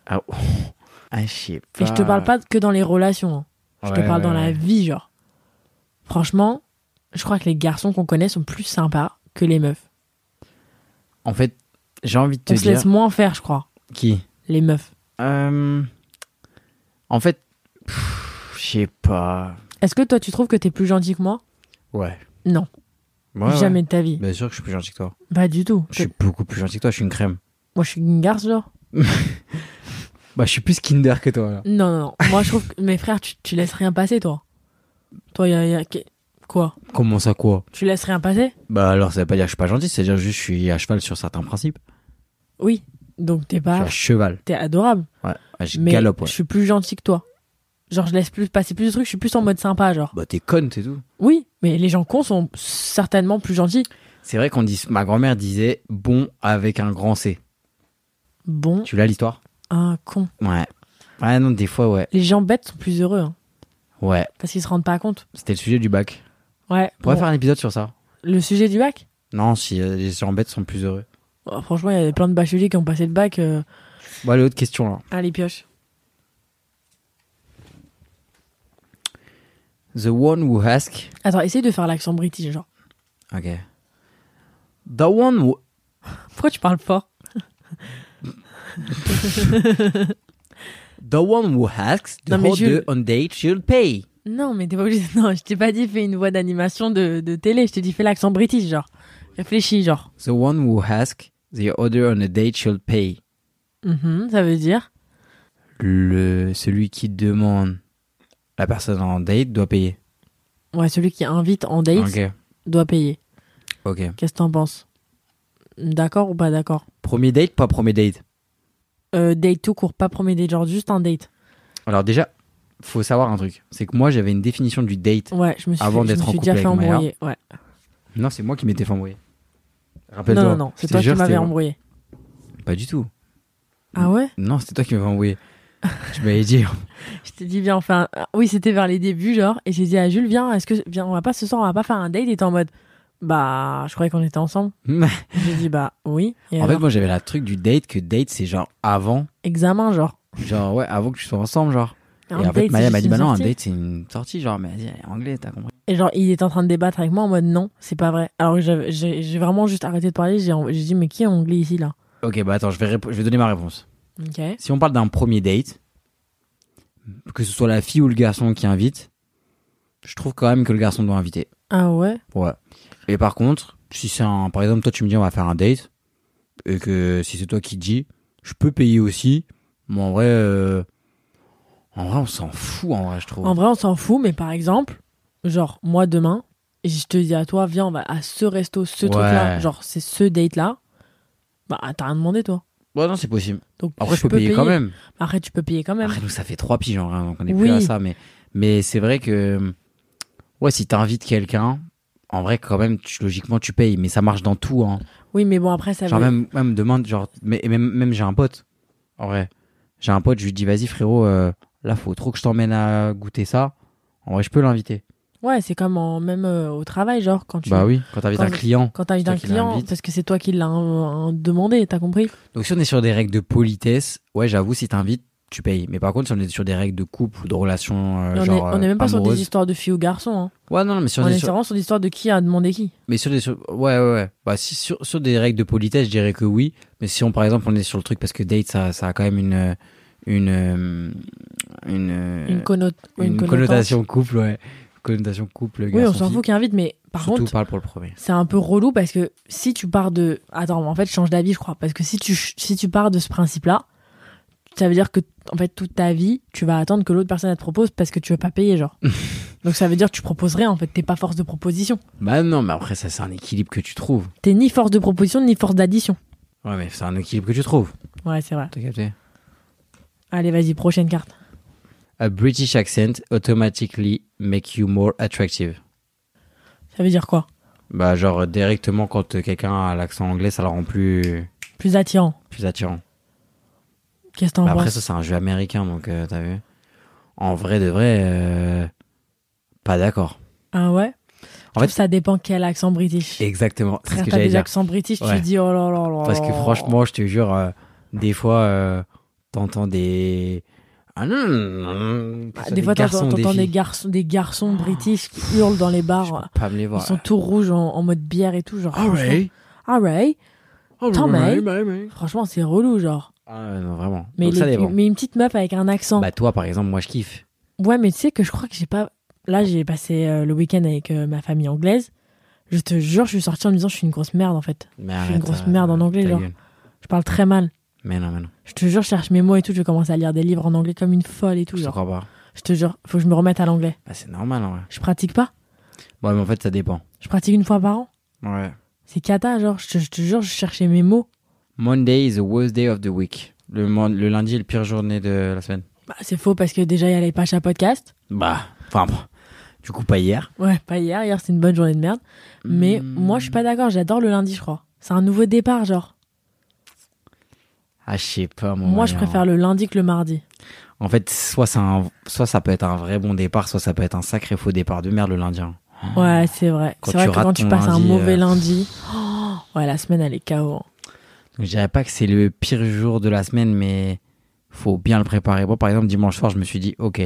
Speaker 3: Ah, oh. Ah, je sais pas.
Speaker 2: Et je te parle pas que dans les relations. hein. Je te
Speaker 3: Ah. Ouais,
Speaker 2: parle
Speaker 3: ouais,
Speaker 2: dans la
Speaker 3: ouais.
Speaker 2: vie, genre. Franchement, je crois que les garçons qu'on connaît sont plus sympas que les meufs.
Speaker 3: En fait, j'ai envie de te
Speaker 2: On se
Speaker 3: dire...
Speaker 2: laisse moins faire, je crois,
Speaker 3: Qui
Speaker 2: les meufs.
Speaker 3: Euh, En fait, pff, je sais pas.
Speaker 2: Est-ce que toi, tu trouves que t'es plus gentil que moi
Speaker 3: Ouais.
Speaker 2: Non,
Speaker 3: Ouais, ouais.
Speaker 2: jamais de ta vie.
Speaker 3: Bien sûr que je suis plus gentil que toi.
Speaker 2: Pas du tout.
Speaker 3: Je suis beaucoup plus gentil que toi, je suis une crème.
Speaker 2: Moi, je suis une garce, genre.
Speaker 3: Bah, je suis plus Kinder que toi, là.
Speaker 2: Non, non, non. Moi, je trouve que mes frères, tu, tu laisses rien passer, toi. Toi, il y a, y a- qu'est- Quoi
Speaker 3: Comment ça, quoi
Speaker 2: Tu laisses rien passer
Speaker 3: Bah, alors, ça veut pas dire que je suis pas gentil, c'est-à-dire juste que je suis à cheval sur certains principes.
Speaker 2: Oui. Donc, t'es
Speaker 3: Je
Speaker 2: pas.
Speaker 3: suis à cheval.
Speaker 2: T'es adorable.
Speaker 3: Ouais, Ouais, je
Speaker 2: Ah. Mais
Speaker 3: galope, ouais.
Speaker 2: je suis plus gentil que toi. Genre, je laisse plus passer plus de trucs, je suis plus en mode sympa, genre.
Speaker 3: Bah, t'es conne, c'est tout.
Speaker 2: Oui, mais les gens cons sont certainement plus gentils.
Speaker 3: C'est vrai qu'on dit. Ma grand-mère disait bon avec un grand C.
Speaker 2: Bon,
Speaker 3: Tu l'as l'histoire
Speaker 2: un con.
Speaker 3: Ouais. Ouais, non, des fois, ouais.
Speaker 2: Les gens bêtes sont plus heureux, hein,
Speaker 3: Ouais.
Speaker 2: parce qu'ils se rendent pas compte.
Speaker 3: C'était le sujet du bac.
Speaker 2: Ouais.
Speaker 3: On pourrait
Speaker 2: bon.
Speaker 3: faire un épisode sur ça.
Speaker 2: Le sujet du bac
Speaker 3: Non, si euh, les gens bêtes sont plus heureux.
Speaker 2: Oh, Franchement, il y a plein de bacheliers qui ont passé le bac. euh,
Speaker 3: Bon, allez, autre question, là.
Speaker 2: Allez, pioche.
Speaker 3: The one who asks.
Speaker 2: Attends, essaye de faire l'accent british, genre.
Speaker 3: Ok. The one who.
Speaker 2: Pourquoi tu parles fort
Speaker 3: The one who asks
Speaker 2: Non, mais
Speaker 3: how
Speaker 2: Jules-
Speaker 3: the on date should pay.
Speaker 2: Non, mais t'es pas obligé. <laughs> Non, je t'ai pas dit fais une voix d'animation de, de télé. Je t'ai dit fais l'accent british, genre. Réfléchis, genre.
Speaker 3: The one who asks the other on a date should pay.
Speaker 2: Mhm, ça veut dire.
Speaker 3: Le celui qui demande la personne en date doit payer.
Speaker 2: Ouais, celui qui invite en date
Speaker 3: Ok.
Speaker 2: doit payer.
Speaker 3: Ok.
Speaker 2: Qu'est-ce que t'en penses D'accord ou pas d'accord
Speaker 3: Premier date, pas premier date.
Speaker 2: Euh, Date tout court, pas premier date, genre juste un date.
Speaker 3: Alors déjà, faut savoir un truc, c'est que moi j'avais une définition du date.
Speaker 2: Ouais, je me suis,
Speaker 3: Avant
Speaker 2: fait- je
Speaker 3: d'être
Speaker 2: me
Speaker 3: en
Speaker 2: suis
Speaker 3: couple
Speaker 2: déjà fait
Speaker 3: avec Maya.
Speaker 2: embrouiller. Ouais.
Speaker 3: Non, c'est moi qui m'étais fait embrouiller.
Speaker 2: Non,
Speaker 3: Rappelle-toi.
Speaker 2: non, non, c'est
Speaker 3: Je te
Speaker 2: toi
Speaker 3: jure,
Speaker 2: qui m'avais
Speaker 3: c'était-
Speaker 2: embrouillé.
Speaker 3: Pas du tout.
Speaker 2: Ah ouais
Speaker 3: Non, c'était toi qui m'avais embrouillé. tu m'avais dit.
Speaker 2: Je t'ai dit, viens, on fait un- ah, Oui, c'était vers les débuts, genre, et j'ai dit à Jules, viens, est-ce que. Viens, on va pas ce soir, on va pas faire un date. Il était en mode, bah, je croyais qu'on était
Speaker 3: <laughs>
Speaker 2: ensemble. J'ai dit, bah, oui. Et
Speaker 3: en fait,
Speaker 2: alors,
Speaker 3: moi j'avais la truc du date que date c'est genre avant,
Speaker 2: examen, genre.
Speaker 3: genre ouais, avant que tu sois ensemble, genre.
Speaker 2: Un
Speaker 3: et en fait,
Speaker 2: date,
Speaker 3: Maya
Speaker 2: c'est
Speaker 3: m'a dit
Speaker 2: juste
Speaker 3: Bah
Speaker 2: une
Speaker 3: non, un
Speaker 2: sortie.
Speaker 3: date c'est une sortie, genre, mais vas-y, elle est anglais, t'as compris.
Speaker 2: Et genre, il était en train de débattre avec moi en mode, non, c'est pas vrai. Alors, que j'avais- j'ai j'ai vraiment juste arrêté de parler, j'ai j'ai dit, mais qui est anglais ici, là
Speaker 3: Ok, bah attends, je vais, répo- je vais donner ma réponse.
Speaker 2: Ok.
Speaker 3: Si on parle d'un premier date, que ce soit la fille ou le garçon qui invite, je trouve quand même que le garçon doit inviter.
Speaker 2: Ah ouais
Speaker 3: Ouais. Et par contre, si c'est un. Par exemple, toi tu me dis on va faire un date, et que si c'est toi qui dis, je peux payer aussi. Mais en vrai, euh, en vrai, on s'en fout, en vrai, je trouve.
Speaker 2: En vrai, on s'en fout, mais par exemple, genre, moi demain, je te dis à toi, viens, on va à ce resto, ce
Speaker 3: Ouais.
Speaker 2: truc-là, genre, c'est ce date-là, bah, t'as rien demandé, toi.
Speaker 3: Ouais, non, c'est possible.
Speaker 2: Donc,
Speaker 3: Après, je, peux, payer, quand même.
Speaker 2: Après, tu peux payer quand même.
Speaker 3: Après, nous, ça fait trois piges, en vrai, donc on est
Speaker 2: Oui.
Speaker 3: plus à ça. Mais, mais c'est vrai que, ouais, si t'invites quelqu'un, en vrai, quand même, tu- logiquement, tu payes. Mais ça marche dans tout, hein.
Speaker 2: Ah Oui, mais bon, après, ça
Speaker 3: Genre,
Speaker 2: veut-
Speaker 3: même, même demande, genre, mais, et même, même j'ai un pote, en vrai. J'ai un pote, je lui dis, vas-y, frérot, euh, là, faut trop que je t'emmène à goûter ça. En vrai, je peux l'inviter.
Speaker 2: Ouais, c'est comme en- même euh, au travail, genre, quand tu.
Speaker 3: Bah oui, quand t'invites
Speaker 2: quand-
Speaker 3: un client.
Speaker 2: Quand t'invites
Speaker 3: C'est toi
Speaker 2: un
Speaker 3: qui
Speaker 2: client,
Speaker 3: l'invites.
Speaker 2: parce que c'est toi qui l'as euh, demandé, t'as compris
Speaker 3: Donc, si on est sur des règles de politesse, ouais, j'avoue, si t'invites, tu payes. Mais par contre, si on est sur des règles de couple ou de relations, euh,
Speaker 2: Et on,
Speaker 3: genre.
Speaker 2: est, on est
Speaker 3: euh,
Speaker 2: même pas sur
Speaker 3: amoureuses-
Speaker 2: des histoires de filles ou garçons. hein.
Speaker 3: Ouais, non, non, mais si on,
Speaker 2: on
Speaker 3: est
Speaker 2: est
Speaker 3: sur.
Speaker 2: vraiment sur l'histoire de qui a demandé qui.
Speaker 3: Mais sur des. sur- Ouais, ouais, ouais. Bah, si, sur, sur des règles de politesse, je dirais que oui. Mais si on, par exemple, on est sur le truc, parce que date, ça, ça a quand même une. Une. euh, Une, euh,
Speaker 2: une, conno-
Speaker 3: une
Speaker 2: une connotance.
Speaker 3: connotation couple, ouais. Connotation couple,
Speaker 2: Oui,
Speaker 3: garçon.
Speaker 2: on s'en fout qui invite, mais par
Speaker 3: Surtout
Speaker 2: contre,
Speaker 3: parle pour le premier.
Speaker 2: c'est un peu relou parce que si tu pars de. Attends, mais en fait, je change d'avis, je crois. Parce que si tu, si tu pars de ce principe-là, ça veut dire que, en fait, toute ta vie, tu vas attendre que l'autre personne elle te propose parce que tu veux pas payer,
Speaker 3: <laughs>
Speaker 2: genre. Donc ça veut dire que tu proposes rien, en fait. T'es pas force de proposition.
Speaker 3: Bah non, mais après, ça, c'est un équilibre que tu trouves.
Speaker 2: T'es ni force de proposition, ni force d'addition.
Speaker 3: Ouais, mais c'est un équilibre que tu trouves.
Speaker 2: Ouais, c'est vrai.
Speaker 3: T'as capté
Speaker 2: Allez, vas-y, prochaine carte.
Speaker 3: A British accent automatically make you more attractive.
Speaker 2: Ça veut dire quoi
Speaker 3: Bah, genre, directement, quand euh, quelqu'un a l'accent anglais, ça le rend plus,
Speaker 2: Plus attirant.
Speaker 3: plus attirant.
Speaker 2: Qu'est-ce que t'en
Speaker 3: Bah après,
Speaker 2: penses
Speaker 3: ça, c'est un jeu américain, donc euh, t'as vu. En vrai de vrai, euh, pas d'accord.
Speaker 2: Ah ouais En
Speaker 3: En fait-
Speaker 2: fait, ça dépend quel accent british.
Speaker 3: Exactement, c'est ce
Speaker 2: Frère,
Speaker 3: que
Speaker 2: t'as
Speaker 3: j'allais
Speaker 2: des
Speaker 3: dire.
Speaker 2: accents british, tu
Speaker 3: Ouais.
Speaker 2: te dis oh là là là.
Speaker 3: Parce que
Speaker 2: là.
Speaker 3: franchement, je te jure, euh, des fois, euh, t'entends des. Ah non, non, non,
Speaker 2: Ah,
Speaker 3: que ce soit
Speaker 2: des fois, t'entends
Speaker 3: garçons,
Speaker 2: t'entends des,
Speaker 3: filles. Ah.
Speaker 2: garçons, des garçons british qui hurlent dans les
Speaker 3: Je
Speaker 2: bars.
Speaker 3: peux pas me les
Speaker 2: Ils
Speaker 3: voir.
Speaker 2: sont tout rouges en, en mode bière et tout. Genre,
Speaker 3: Ah ouais.
Speaker 2: franchement. Ah ouais.
Speaker 3: Ah ouais,
Speaker 2: Tant
Speaker 3: ouais,
Speaker 2: mieux.
Speaker 3: ouais, ouais.
Speaker 2: Franchement, c'est relou, genre.
Speaker 3: Ah ouais, non, vraiment.
Speaker 2: Mais,
Speaker 3: Donc ça
Speaker 2: les-
Speaker 3: dépend.
Speaker 2: mais une petite meuf avec un accent.
Speaker 3: Bah, toi, par exemple, moi, je kiffe.
Speaker 2: Ouais, mais tu sais que je crois que j'ai pas. Là, j'ai passé euh, le week-end avec euh, ma famille anglaise. Je te jure, je suis sortie en me disant, je suis une grosse merde en fait.
Speaker 3: Mais
Speaker 2: Je suis une
Speaker 3: arrête,
Speaker 2: grosse
Speaker 3: euh,
Speaker 2: merde en anglais,
Speaker 3: ta
Speaker 2: genre.
Speaker 3: gueule.
Speaker 2: Je parle très mal.
Speaker 3: Mais non, mais non.
Speaker 2: Je te jure, je cherche mes mots et tout. Je commence à lire des livres en anglais comme une folle et tout.
Speaker 3: Je te
Speaker 2: Genre.
Speaker 3: crois pas.
Speaker 2: Je te jure, faut que je me remette à l'anglais.
Speaker 3: Bah, c'est normal, en vrai.
Speaker 2: Je pratique pas.
Speaker 3: Ouais, mais en fait, ça dépend.
Speaker 2: Je pratique une fois par an.
Speaker 3: Ouais.
Speaker 2: C'est cata, genre. Je te, je te jure, je cherchais mes mots.
Speaker 3: Monday is the worst day of the week. Le, mon- le lundi est la pire journée de la semaine.
Speaker 2: Bah, c'est faux parce que déjà, il y a les pages à podcast.
Speaker 3: Bah, enfin, bon. du coup, pas hier.
Speaker 2: Ouais, pas hier. Hier, c'est une bonne journée de merde. Mais
Speaker 3: Hmm.
Speaker 2: moi, je suis pas d'accord. J'adore le lundi, je crois. C'est un nouveau départ, genre.
Speaker 3: Ah, je sais pas, moi.
Speaker 2: moi, je préfère le lundi que le mardi.
Speaker 3: En fait, soit, c'est un- soit ça peut être un vrai bon départ, soit ça peut être un sacré faux départ de merde le lundi. hein.
Speaker 2: Ouais, c'est vrai.
Speaker 3: Quand
Speaker 2: C'est vrai
Speaker 3: tu
Speaker 2: que quand
Speaker 3: rates
Speaker 2: tu
Speaker 3: ton
Speaker 2: passes un
Speaker 3: lundi,
Speaker 2: mauvais
Speaker 3: euh,
Speaker 2: lundi. oh, ouais, la semaine, elle est hein. KO.
Speaker 3: Donc, je dirais pas que c'est le pire jour de la semaine, mais faut bien le préparer. Moi, par exemple, dimanche soir, je me suis dit, ok,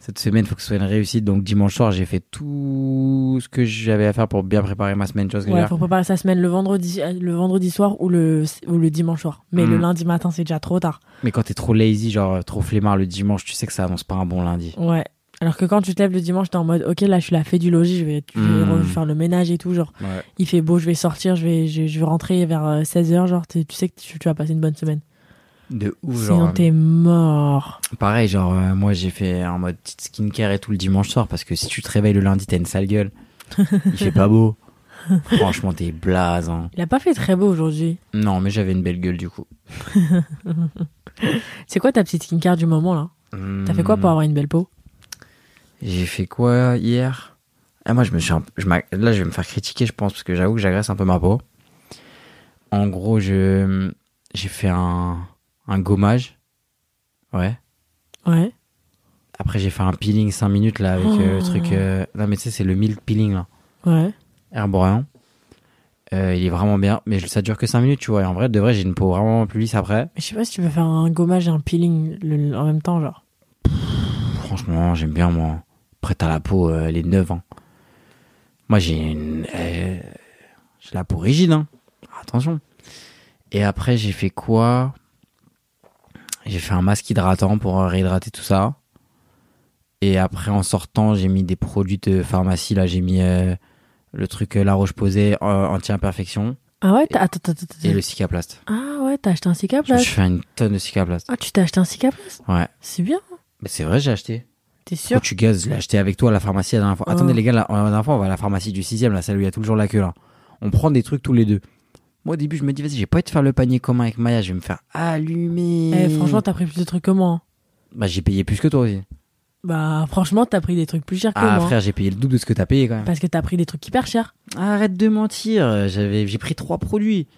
Speaker 3: cette semaine, faut que ce soit une réussite. Donc, dimanche soir, j'ai fait tout ce que j'avais à faire pour bien préparer ma semaine. Tu vois ce que je veux
Speaker 2: Ouais,
Speaker 3: dire
Speaker 2: faut préparer sa semaine le vendredi, euh, le vendredi soir ou le, ou le dimanche soir. Mais le
Speaker 3: Hmm.
Speaker 2: lundi matin, c'est déjà trop tard.
Speaker 3: Mais quand t'es trop lazy, genre euh, trop flemmard le dimanche, tu sais que ça annonce pas un bon lundi.
Speaker 2: Ouais. Alors que quand tu te lèves le dimanche, t'es en mode, ok, là, je suis la fée du logis, je vais, je vais
Speaker 3: Mm.
Speaker 2: re- faire le ménage et tout. Genre,
Speaker 3: Ouais.
Speaker 2: il fait beau, je vais sortir, je vais, je, je vais rentrer vers 16h. Genre, t'es- tu sais que tu, tu vas passer une bonne semaine.
Speaker 3: De ouf,
Speaker 2: Sinon,
Speaker 3: genre.
Speaker 2: t'es mort.
Speaker 3: Pareil, genre, euh, moi j'ai fait en mode petite skincare et tout le dimanche soir parce que si tu te réveilles le lundi, t'as une
Speaker 2: <laughs>
Speaker 3: sale gueule. Il fait pas beau. Franchement, t'es blaze. hein.
Speaker 2: Il a pas fait très beau aujourd'hui.
Speaker 3: Non, mais j'avais une belle gueule du coup.
Speaker 2: C'est quoi ta petite skincare du moment, là T'as fait
Speaker 3: Hmm.
Speaker 2: quoi pour avoir une belle peau
Speaker 3: J'ai fait quoi hier ah, Moi, je me suis un- je m'a- là, je vais me faire critiquer, je pense, parce que j'avoue que j'agresse un peu ma peau. En gros, je j'ai fait un, un gommage. Ouais.
Speaker 2: Ouais.
Speaker 3: Après, j'ai fait un peeling 5 minutes là avec euh, le
Speaker 2: Oh.
Speaker 3: truc. euh, Non, mais tu sais, c'est le milk peeling là.
Speaker 2: Ouais.
Speaker 3: Herborian. Euh, il est vraiment bien, mais je- ça dure que 5 minutes, tu vois. Et en vrai, de vrai, j'ai une peau vraiment plus lisse après.
Speaker 2: Mais je sais pas si tu veux faire un gommage et un peeling le- en même temps, genre.
Speaker 3: Franchement, j'aime bien, moi. Après, t'as la peau, euh, elle est neuve. hein. Moi, j'ai une. euh, j'ai la peau rigide, hein. Attention. Et après, j'ai fait quoi J'ai fait un masque hydratant pour euh, réhydrater tout ça. Et après, en sortant, j'ai mis des produits de pharmacie. Là, j'ai mis euh, le truc euh, La Roche Posay euh, anti-imperfection.
Speaker 2: Ah ouais, t'as... Attends, attends, attends,
Speaker 3: et le
Speaker 2: attends.
Speaker 3: cicaplast.
Speaker 2: Ah ouais, t'as acheté un
Speaker 3: Je me
Speaker 2: cicaplast.
Speaker 3: suis fait une tonne de cicaplast.
Speaker 2: Ah, tu t'es acheté un cicaplast
Speaker 3: Ouais.
Speaker 2: C'est bien,
Speaker 3: Mais c'est vrai, j'ai acheté.
Speaker 2: t'es sûr
Speaker 3: Quand tu gazes, je l'ai acheté avec toi à la pharmacie la dernière fois.
Speaker 2: Oh.
Speaker 3: Attendez, les gars, la, la dernière fois, on va à la pharmacie du 6ème, là, celle où il y a toujours la queue, là. On prend des trucs tous les deux. Moi, au début, je me dis, vas-y, j'ai pas envie de faire le panier commun avec Maya, je vais me faire allumer.
Speaker 2: Eh, franchement, t'as pris plus de trucs que moi. hein.
Speaker 3: Bah, j'ai payé plus que toi aussi.
Speaker 2: Bah, franchement, t'as pris des trucs plus chers que
Speaker 3: Ah,
Speaker 2: moi. Bah,
Speaker 3: frère, j'ai payé le double de ce que t'as payé quand même.
Speaker 2: Parce que t'as pris des trucs hyper chers.
Speaker 3: Arrête de mentir, j'avais, j'ai pris trois produits.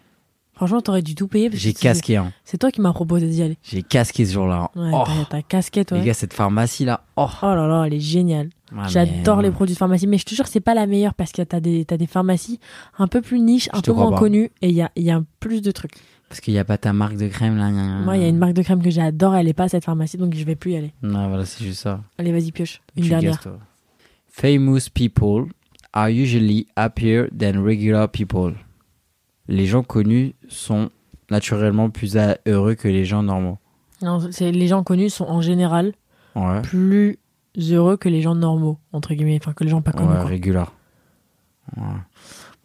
Speaker 2: Franchement, t'aurais dû tout payer. parce que
Speaker 3: J'ai
Speaker 2: c'est-
Speaker 3: casqué, hein.
Speaker 2: C'est toi qui m'as proposé d'y aller.
Speaker 3: J'ai casqué ce jour-là. hein.
Speaker 2: Ouais,
Speaker 3: Oh,
Speaker 2: t'as- t'as casqué, toi.
Speaker 3: les gars, cette pharmacie-là, oh.
Speaker 2: Oh là là, elle est géniale.
Speaker 3: Ah,
Speaker 2: J'adore
Speaker 3: mais-
Speaker 2: les produits de pharmacie, mais je te jure, c'est pas la meilleure parce que t'as des, t'as des pharmacies un peu plus niches, un
Speaker 3: Je te
Speaker 2: peu
Speaker 3: crois
Speaker 2: moins
Speaker 3: pas.
Speaker 2: connues et il y a, il y a plus de trucs.
Speaker 3: Parce qu'il n'y a pas ta marque de crème, là. gna, gna, gna.
Speaker 2: Moi, il y a une marque de crème que j'adore, elle est pas à cette pharmacie donc je vais plus y aller.
Speaker 3: Non, voilà, c'est juste ça.
Speaker 2: Allez, vas-y, pioche. Une
Speaker 3: Tu
Speaker 2: dernière.
Speaker 3: guesses, toi. Famous people are usually happier than regular people. Les gens connus sont naturellement plus à- heureux que les gens normaux.
Speaker 2: Non, c'est- les gens connus sont en général
Speaker 3: Ouais.
Speaker 2: plus heureux que les gens normaux, entre guillemets, enfin que les gens pas connus.
Speaker 3: ouais,
Speaker 2: quoi.
Speaker 3: régular. Ouais.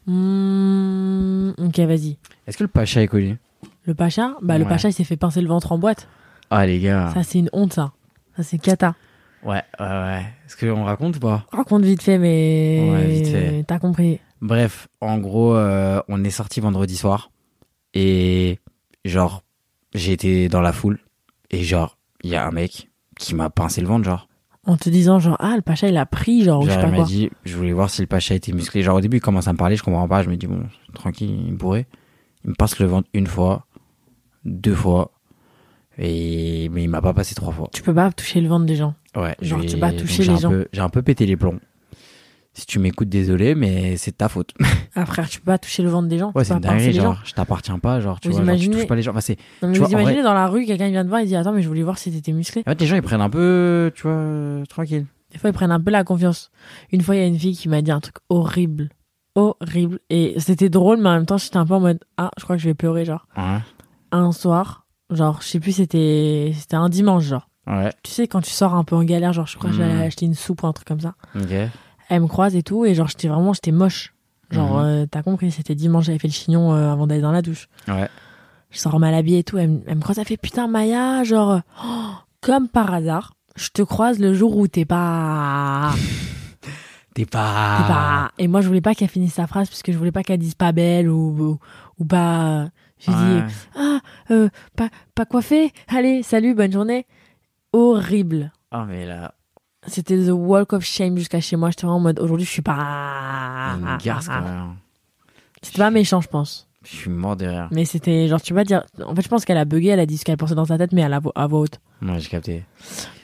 Speaker 2: Mmh, ok, vas-y.
Speaker 3: Est-ce que le Pacha est connu
Speaker 2: Le Pacha, bah le
Speaker 3: Ouais.
Speaker 2: Pacha, il s'est fait pincer le ventre en boîte.
Speaker 3: Ah, les gars.
Speaker 2: Ça, c'est une honte, ça. Ça, c'est cata.
Speaker 3: Ouais, ouais, ouais. Est-ce qu'on raconte ou pas
Speaker 2: Raconte vite fait, mais
Speaker 3: Ouais, vite fait.
Speaker 2: t'as compris.
Speaker 3: Bref, en gros, euh, on est sorti vendredi soir et genre j'ai été dans la foule et genre il y a un mec qui m'a pincé le ventre genre.
Speaker 2: En te disant genre ah le Pacha il a pris genre, ou je sais
Speaker 3: genre
Speaker 2: pas
Speaker 3: il m'a
Speaker 2: quoi.
Speaker 3: dit je voulais voir si le pacha était musclé. Genre au début il commence à me parler, je comprends pas, je me dis bon tranquille, il est bourré. Il me pince le ventre une fois, deux fois et mais il m'a pas passé trois fois.
Speaker 2: Tu peux pas toucher le ventre des gens.
Speaker 3: Ouais,
Speaker 2: Genre,
Speaker 3: j'ai-
Speaker 2: tu vas
Speaker 3: donc
Speaker 2: toucher
Speaker 3: j'ai
Speaker 2: les
Speaker 3: un
Speaker 2: gens.
Speaker 3: peu- J'ai un peu pété les plombs. Si tu m'écoutes, désolé, mais c'est de ta
Speaker 2: <laughs>
Speaker 3: faute.
Speaker 2: Ah frère, tu peux pas toucher le ventre des gens.
Speaker 3: Ouais,
Speaker 2: tu
Speaker 3: c'est
Speaker 2: peux
Speaker 3: une
Speaker 2: pas pincer
Speaker 3: dinguerie,
Speaker 2: les gens.
Speaker 3: genre, je t'appartiens pas, genre, tu
Speaker 2: Vous
Speaker 3: vois, genre, tu
Speaker 2: imaginez-
Speaker 3: touches pas les gens. Enfin, c'est,
Speaker 2: Non, mais
Speaker 3: tu
Speaker 2: vous
Speaker 3: vois, en
Speaker 2: imaginez dans la rue, quelqu'un vient te voir, il dit attends mais je voulais voir si t'étais musclé.
Speaker 3: en fait, les gens, ils prennent un peu, tu vois, euh, tranquille.
Speaker 2: Des fois ils prennent un peu la confiance. Une fois il y a une fille qui m'a dit un truc horrible, horrible et c'était drôle mais en même temps j'étais un peu en mode ah je crois que je vais pleurer genre.
Speaker 3: Ouais.
Speaker 2: Un soir, genre je sais plus c'était c'était un dimanche genre.
Speaker 3: Ouais.
Speaker 2: Tu sais quand tu sors un peu en galère genre je crois que
Speaker 3: Mhm.
Speaker 2: j'allais acheter une soupe ou un truc comme ça.
Speaker 3: Ok.
Speaker 2: elle me croise et tout et genre j'étais vraiment j'étais moche genre
Speaker 3: Mhm.
Speaker 2: euh, t'as compris c'était dimanche j'avais fait le chignon euh, avant d'aller dans la douche
Speaker 3: Ouais.
Speaker 2: je sors mal habillée et tout elle, me- elle me croise elle fait putain Maya genre euh, oh, comme par hasard je te croise le jour où t'es pas
Speaker 3: T'es
Speaker 2: t'es
Speaker 3: pas.
Speaker 2: pas et moi je voulais pas qu'elle finisse sa phrase parce que je voulais pas qu'elle dise pas belle ou ou, ou pas euh, j'ai
Speaker 3: Ouais.
Speaker 2: dit ah euh, pas pas coiffée allez salut bonne journée horrible
Speaker 3: Ah, mais là,
Speaker 2: c'était the walk of shame jusqu'à chez moi j'étais vraiment en mode aujourd'hui je suis pas
Speaker 3: une garce
Speaker 2: ah,
Speaker 3: quand même.
Speaker 2: C'était pas méchant, je pense.
Speaker 3: Je suis mort derrière.
Speaker 2: Mais c'était genre, tu vas dire. En fait, je pense qu'elle a bugué, elle a dit ce qu'elle pensait dans sa tête, mais à, la vo- à voix haute.
Speaker 3: Moi, j'ai capté.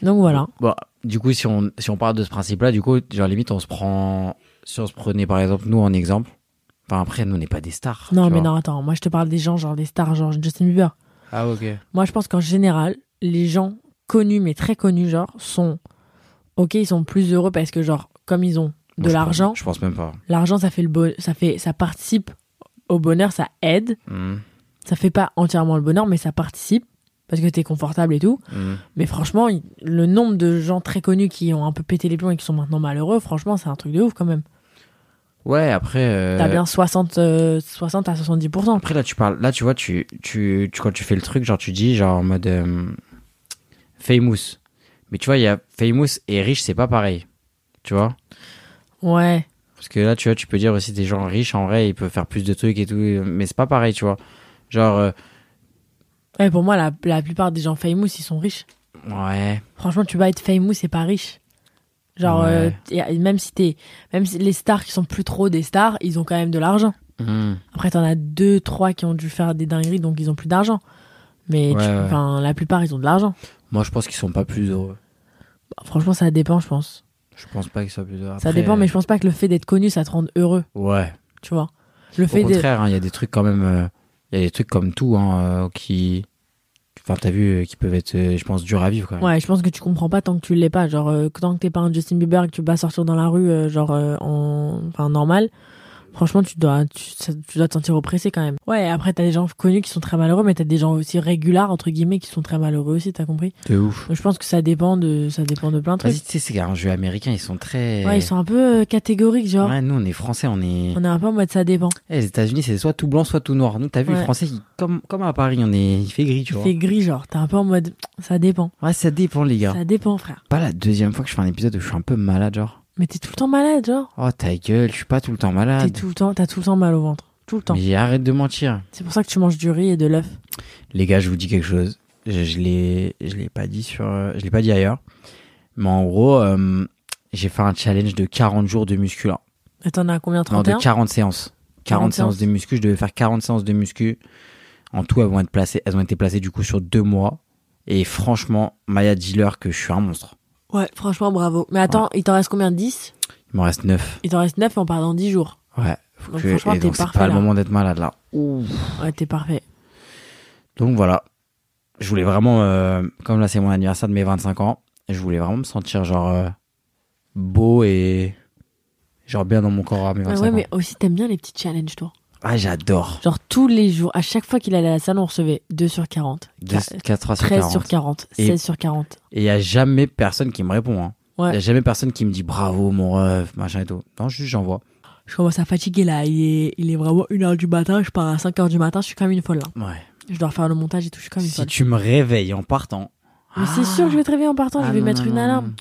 Speaker 2: Donc voilà.
Speaker 3: Bon, du coup, si on, si on parle de ce principe-là, du coup, genre, limite, on se prend. Si on se prenait, par exemple, nous en exemple. Enfin, après, nous, on n'est pas des stars.
Speaker 2: Non,
Speaker 3: tu
Speaker 2: mais
Speaker 3: vois.
Speaker 2: non, attends. Moi, je te parle des gens, genre des stars, genre Justin Bieber.
Speaker 3: Ah, ok.
Speaker 2: Moi, je pense qu'en général, les gens connus, mais très connus, genre, sont. Ok, ils sont plus heureux parce que, genre, comme ils ont
Speaker 3: Moi,
Speaker 2: de
Speaker 3: je
Speaker 2: l'argent,
Speaker 3: pense- Je pense même pas.
Speaker 2: l'argent, ça fait le bon... ça fait, ça participe au bonheur, ça aide.
Speaker 3: Hmm,
Speaker 2: Ça fait pas entièrement le bonheur, mais ça participe parce que t'es confortable et tout.
Speaker 3: hmm.
Speaker 2: Mais franchement, il- le nombre de gens très connus qui ont un peu pété les plombs et qui sont maintenant malheureux, franchement, c'est un truc de ouf quand même.
Speaker 3: Ouais, après. euh,
Speaker 2: T'as bien 60, euh, 60 à 70%.
Speaker 3: Après là tu parles, là tu vois tu, tu, tu- quand tu fais le truc genre tu dis genre en mode euh, famous, mais tu vois il y a famous et riche c'est pas pareil, tu vois
Speaker 2: Ouais.
Speaker 3: parce que là tu vois tu peux dire aussi des gens riches en vrai ils peuvent faire plus de trucs et tout mais c'est pas pareil tu vois genre euh,
Speaker 2: ouais. Pour moi, la, la plupart des gens famous, ils sont riches.
Speaker 3: ouais
Speaker 2: Franchement, tu vas être famous et pas riche. Genre,
Speaker 3: Ouais.
Speaker 2: euh, y a- même si t'es. Même si les stars qui sont plus trop des stars, ils ont quand même de l'argent.
Speaker 3: Hmm.
Speaker 2: Après, t'en as deux, trois qui ont dû faire des dingueries, donc ils ont plus d'argent. Mais tu-
Speaker 3: Ouais, ouais.
Speaker 2: enfin, la plupart, ils ont de l'argent.
Speaker 3: moi je pense qu'ils sont pas plus heureux,
Speaker 2: Bah, franchement, ça dépend, je pense.
Speaker 3: je pense pas qu'ils soient plus heureux.
Speaker 2: ça
Speaker 3: Après,
Speaker 2: dépend,
Speaker 3: euh,
Speaker 2: mais je pense pas que le fait d'être connu, ça te rende heureux,
Speaker 3: ouais
Speaker 2: tu vois. Le
Speaker 3: au
Speaker 2: fait d'être-
Speaker 3: contraire hein, il y a des trucs quand même euh, il y a des trucs comme tout hein, euh, qui enfin t'as vu euh, qui peuvent être euh, je pense durs à vivre quand même.
Speaker 2: Ouais, je pense que tu comprends pas tant que tu l'es pas. Genre, euh, tant que t'es pas un Justin Bieber et que tu vas sortir dans la rue, euh, genre, euh, en... enfin, normal, Franchement, tu dois, tu, ça- tu dois te sentir oppressé quand même. Ouais, après, t'as des gens connus qui sont très malheureux, mais t'as des gens aussi régulards, entre guillemets, qui sont très malheureux aussi, t'as compris
Speaker 3: De ouf.
Speaker 2: Donc, Je pense que ça dépend de, ça dépend de plein de
Speaker 3: Vas-y,
Speaker 2: trucs.
Speaker 3: tu sais, c'est un jeu américain, ils sont très.
Speaker 2: Ouais, ils sont un peu euh, catégoriques, genre.
Speaker 3: Ouais, nous, on est français, on est.
Speaker 2: On est un peu en mode ça dépend.
Speaker 3: Eh, les États-Unis, c'est soit tout blanc, soit tout noir. Nous, t'as vu,
Speaker 2: Ouais.
Speaker 3: les Français, ils- comme, comme à Paris, on est... il fait gris, tu
Speaker 2: Tu
Speaker 3: vois.
Speaker 2: fais gris, genre. T'es un peu en mode ça dépend.
Speaker 3: Ouais, ça dépend, les gars.
Speaker 2: Ça dépend, frère.
Speaker 3: Pas la deuxième fois que je fais un épisode où je suis un peu malade, genre.
Speaker 2: Mais t'es tout le temps malade, genre.
Speaker 3: Oh, ta gueule, je suis pas tout le temps
Speaker 2: T'es
Speaker 3: malade.
Speaker 2: tout le temps, t'as tout le temps mal au ventre. Tout le temps.
Speaker 3: Mais arrête de mentir.
Speaker 2: C'est pour ça que tu manges du riz et de l'œuf.
Speaker 3: Les gars, je vous dis quelque chose. Je, je l'ai, je l'ai pas dit sur, euh, je l'ai pas dit ailleurs. Mais en gros, euh, j'ai fait un challenge de 40 jours de muscu là.
Speaker 2: Et t'en as combien
Speaker 3: Non,
Speaker 2: 31
Speaker 3: de 40 séances. 40,
Speaker 2: 40
Speaker 3: séances de muscu. Je devais faire 40 séances de muscu. En tout, elles vont être placées, elles ont été placées du coup sur deux mois. Et franchement, Maya Dealer, que je suis un monstre.
Speaker 2: Ouais, franchement, bravo. Mais attends, il t'en reste combien 10
Speaker 3: Il m'en reste 9.
Speaker 2: Il t'en reste 9 et on part dans 10 jours.
Speaker 3: Ouais. Faut
Speaker 2: Donc,
Speaker 3: que-
Speaker 2: franchement,
Speaker 3: et
Speaker 2: t'es
Speaker 3: donc, c'est
Speaker 2: parfait,
Speaker 3: pas
Speaker 2: là.
Speaker 3: le moment d'être malade là.
Speaker 2: Ouais, t'es parfait.
Speaker 3: Donc voilà, je voulais vraiment, euh, comme là c'est mon anniversaire de mes 25 ans, je voulais vraiment me sentir genre euh, beau et genre bien dans mon corps à mes
Speaker 2: Ouais,
Speaker 3: 25
Speaker 2: ouais,
Speaker 3: ans.
Speaker 2: mais aussi, t'aimes bien les petits challenges, toi.
Speaker 3: Ah j'adore.
Speaker 2: Genre, tous les jours, à chaque fois qu'il allait à la salle, on recevait 2 sur 40,
Speaker 3: 4, 3 sur
Speaker 2: 13
Speaker 3: 40.
Speaker 2: sur 40,
Speaker 3: Et-
Speaker 2: 16 sur 40.
Speaker 3: Et il n'y a jamais personne qui me répond. Hein. Il
Speaker 2: Ouais.
Speaker 3: n'y a jamais personne qui me dit bravo mon ref, machin et tout. Non, juste j'envoie.
Speaker 2: Je commence à fatiguer là, il est, il est vraiment 1h du matin, je pars à 5h du matin, je suis comme une folle là.
Speaker 3: Ouais.
Speaker 2: Je dois refaire le montage et tout, je suis comme une
Speaker 3: Si
Speaker 2: folle.
Speaker 3: tu me réveilles en partant.
Speaker 2: Mais c'est sûr que je vais te réveiller en partant, je vais mettre une alarme.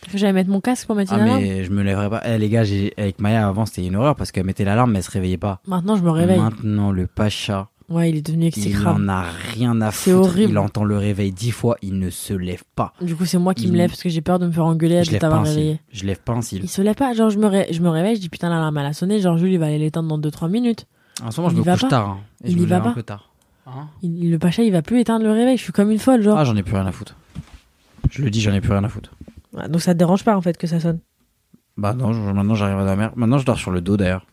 Speaker 2: Parce que j'allais mettre mon casque pour mettre
Speaker 3: Ah
Speaker 2: une alarme.
Speaker 3: mais je me lèverai pas. Eh les gars, j'ai- avec Maya avant c'était une horreur parce qu'elle mettait l'alarme mais elle se réveillait pas.
Speaker 2: Maintenant, je me réveille.
Speaker 3: Maintenant le pacha.
Speaker 2: Ouais, il est devenu
Speaker 3: Il
Speaker 2: exécrable.
Speaker 3: n'en a rien à foutre.
Speaker 2: C'est horrible.
Speaker 3: Il entend le réveil dix fois, il ne se lève pas.
Speaker 2: Du coup, c'est moi qui me
Speaker 3: Il-
Speaker 2: lève parce que j'ai peur de me faire engueuler
Speaker 3: je
Speaker 2: de
Speaker 3: lève pas
Speaker 2: t'avoir
Speaker 3: un
Speaker 2: réveillé.
Speaker 3: cil. Je lève pas un cil.
Speaker 2: Il se lève pas, genre je me, ré- je me réveille, je dis putain l'alarme elle a sonné, genre Jules il va aller l'éteindre dans 2-3 minutes.
Speaker 3: En ce moment,
Speaker 2: il
Speaker 3: je
Speaker 2: y va
Speaker 3: me couche
Speaker 2: pas.
Speaker 3: tard. hein, et
Speaker 2: Il
Speaker 3: je
Speaker 2: y
Speaker 3: me
Speaker 2: va
Speaker 3: lève
Speaker 2: pas.
Speaker 3: un peu tard. Hein
Speaker 2: Il- le pacha il va plus éteindre le réveil, je suis comme une folle genre.
Speaker 3: ah, j'en ai plus rien à foutre. Je le dis, j'en ai plus rien à foutre.
Speaker 2: Ouais, Ah, Donc ça te dérange pas en fait que ça sonne.
Speaker 3: Bah non, je- maintenant j'arrive à dormir. Maintenant, je dors sur le dos d'ailleurs.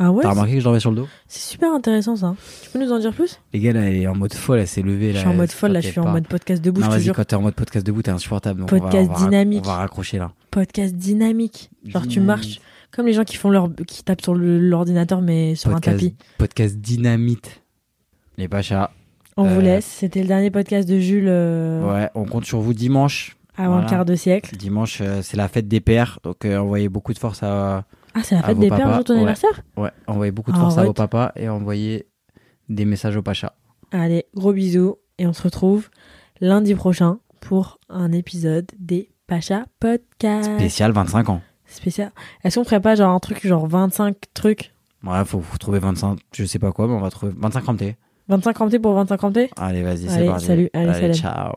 Speaker 2: Ah ouais
Speaker 3: T'as remarqué que je dormais sur le dos
Speaker 2: C'est super intéressant ça. Tu peux nous en dire plus
Speaker 3: Les gars, là, elle est en mode folle, elle s'est levée.
Speaker 2: Je
Speaker 3: là,
Speaker 2: suis en
Speaker 3: elle
Speaker 2: mode
Speaker 3: se
Speaker 2: folle là, je
Speaker 3: capte
Speaker 2: suis en
Speaker 3: pas.
Speaker 2: mode podcast debout,
Speaker 3: Non,
Speaker 2: je te
Speaker 3: vas-y,
Speaker 2: jure.
Speaker 3: quand t'es en mode podcast debout, t'es insupportable. Donc on va-
Speaker 2: Podcast
Speaker 3: on va rac-
Speaker 2: dynamique.
Speaker 3: On va raccrocher là.
Speaker 2: Podcast dynamique. Genre tu
Speaker 3: Dynamique.
Speaker 2: marches comme les gens qui font leur qui tapent sur le- l'ordinateur mais sur un
Speaker 3: Podcast,
Speaker 2: tapis.
Speaker 3: podcast dynamite. Les pachas.
Speaker 2: On vous
Speaker 3: euh,
Speaker 2: laisse, c'était le dernier podcast de Jules euh,
Speaker 3: Ouais, on compte sur vous dimanche.
Speaker 2: avant
Speaker 3: voilà.
Speaker 2: le quart de siècle.
Speaker 3: Dimanche, euh, c'est la fête des pères, donc euh, envoyez beaucoup de force à,
Speaker 2: Ah, c'est la
Speaker 3: À
Speaker 2: fête
Speaker 3: vos
Speaker 2: des pères le
Speaker 3: papas,
Speaker 2: jour de ton
Speaker 3: ouais.
Speaker 2: anniversaire
Speaker 3: ouais, envoyez beaucoup de
Speaker 2: Ah,
Speaker 3: force à
Speaker 2: arrête.
Speaker 3: vos papas et envoyez des messages au pacha.
Speaker 2: Allez, gros bisous et on se retrouve lundi prochain pour un épisode des Pacha Podcast.
Speaker 3: Spécial 25 ans.
Speaker 2: Spécial. Est-ce qu'on ferait pas genre un truc genre 25 trucs
Speaker 3: Ouais, faut vous trouver 25, je sais pas quoi, mais on va trouver 25 ramtés.
Speaker 2: 25 ramtés pour 25 ramtés
Speaker 3: Allez, vas-y, c'est
Speaker 2: Allez,
Speaker 3: parti.
Speaker 2: salut, allez, salam.
Speaker 3: allez ciao.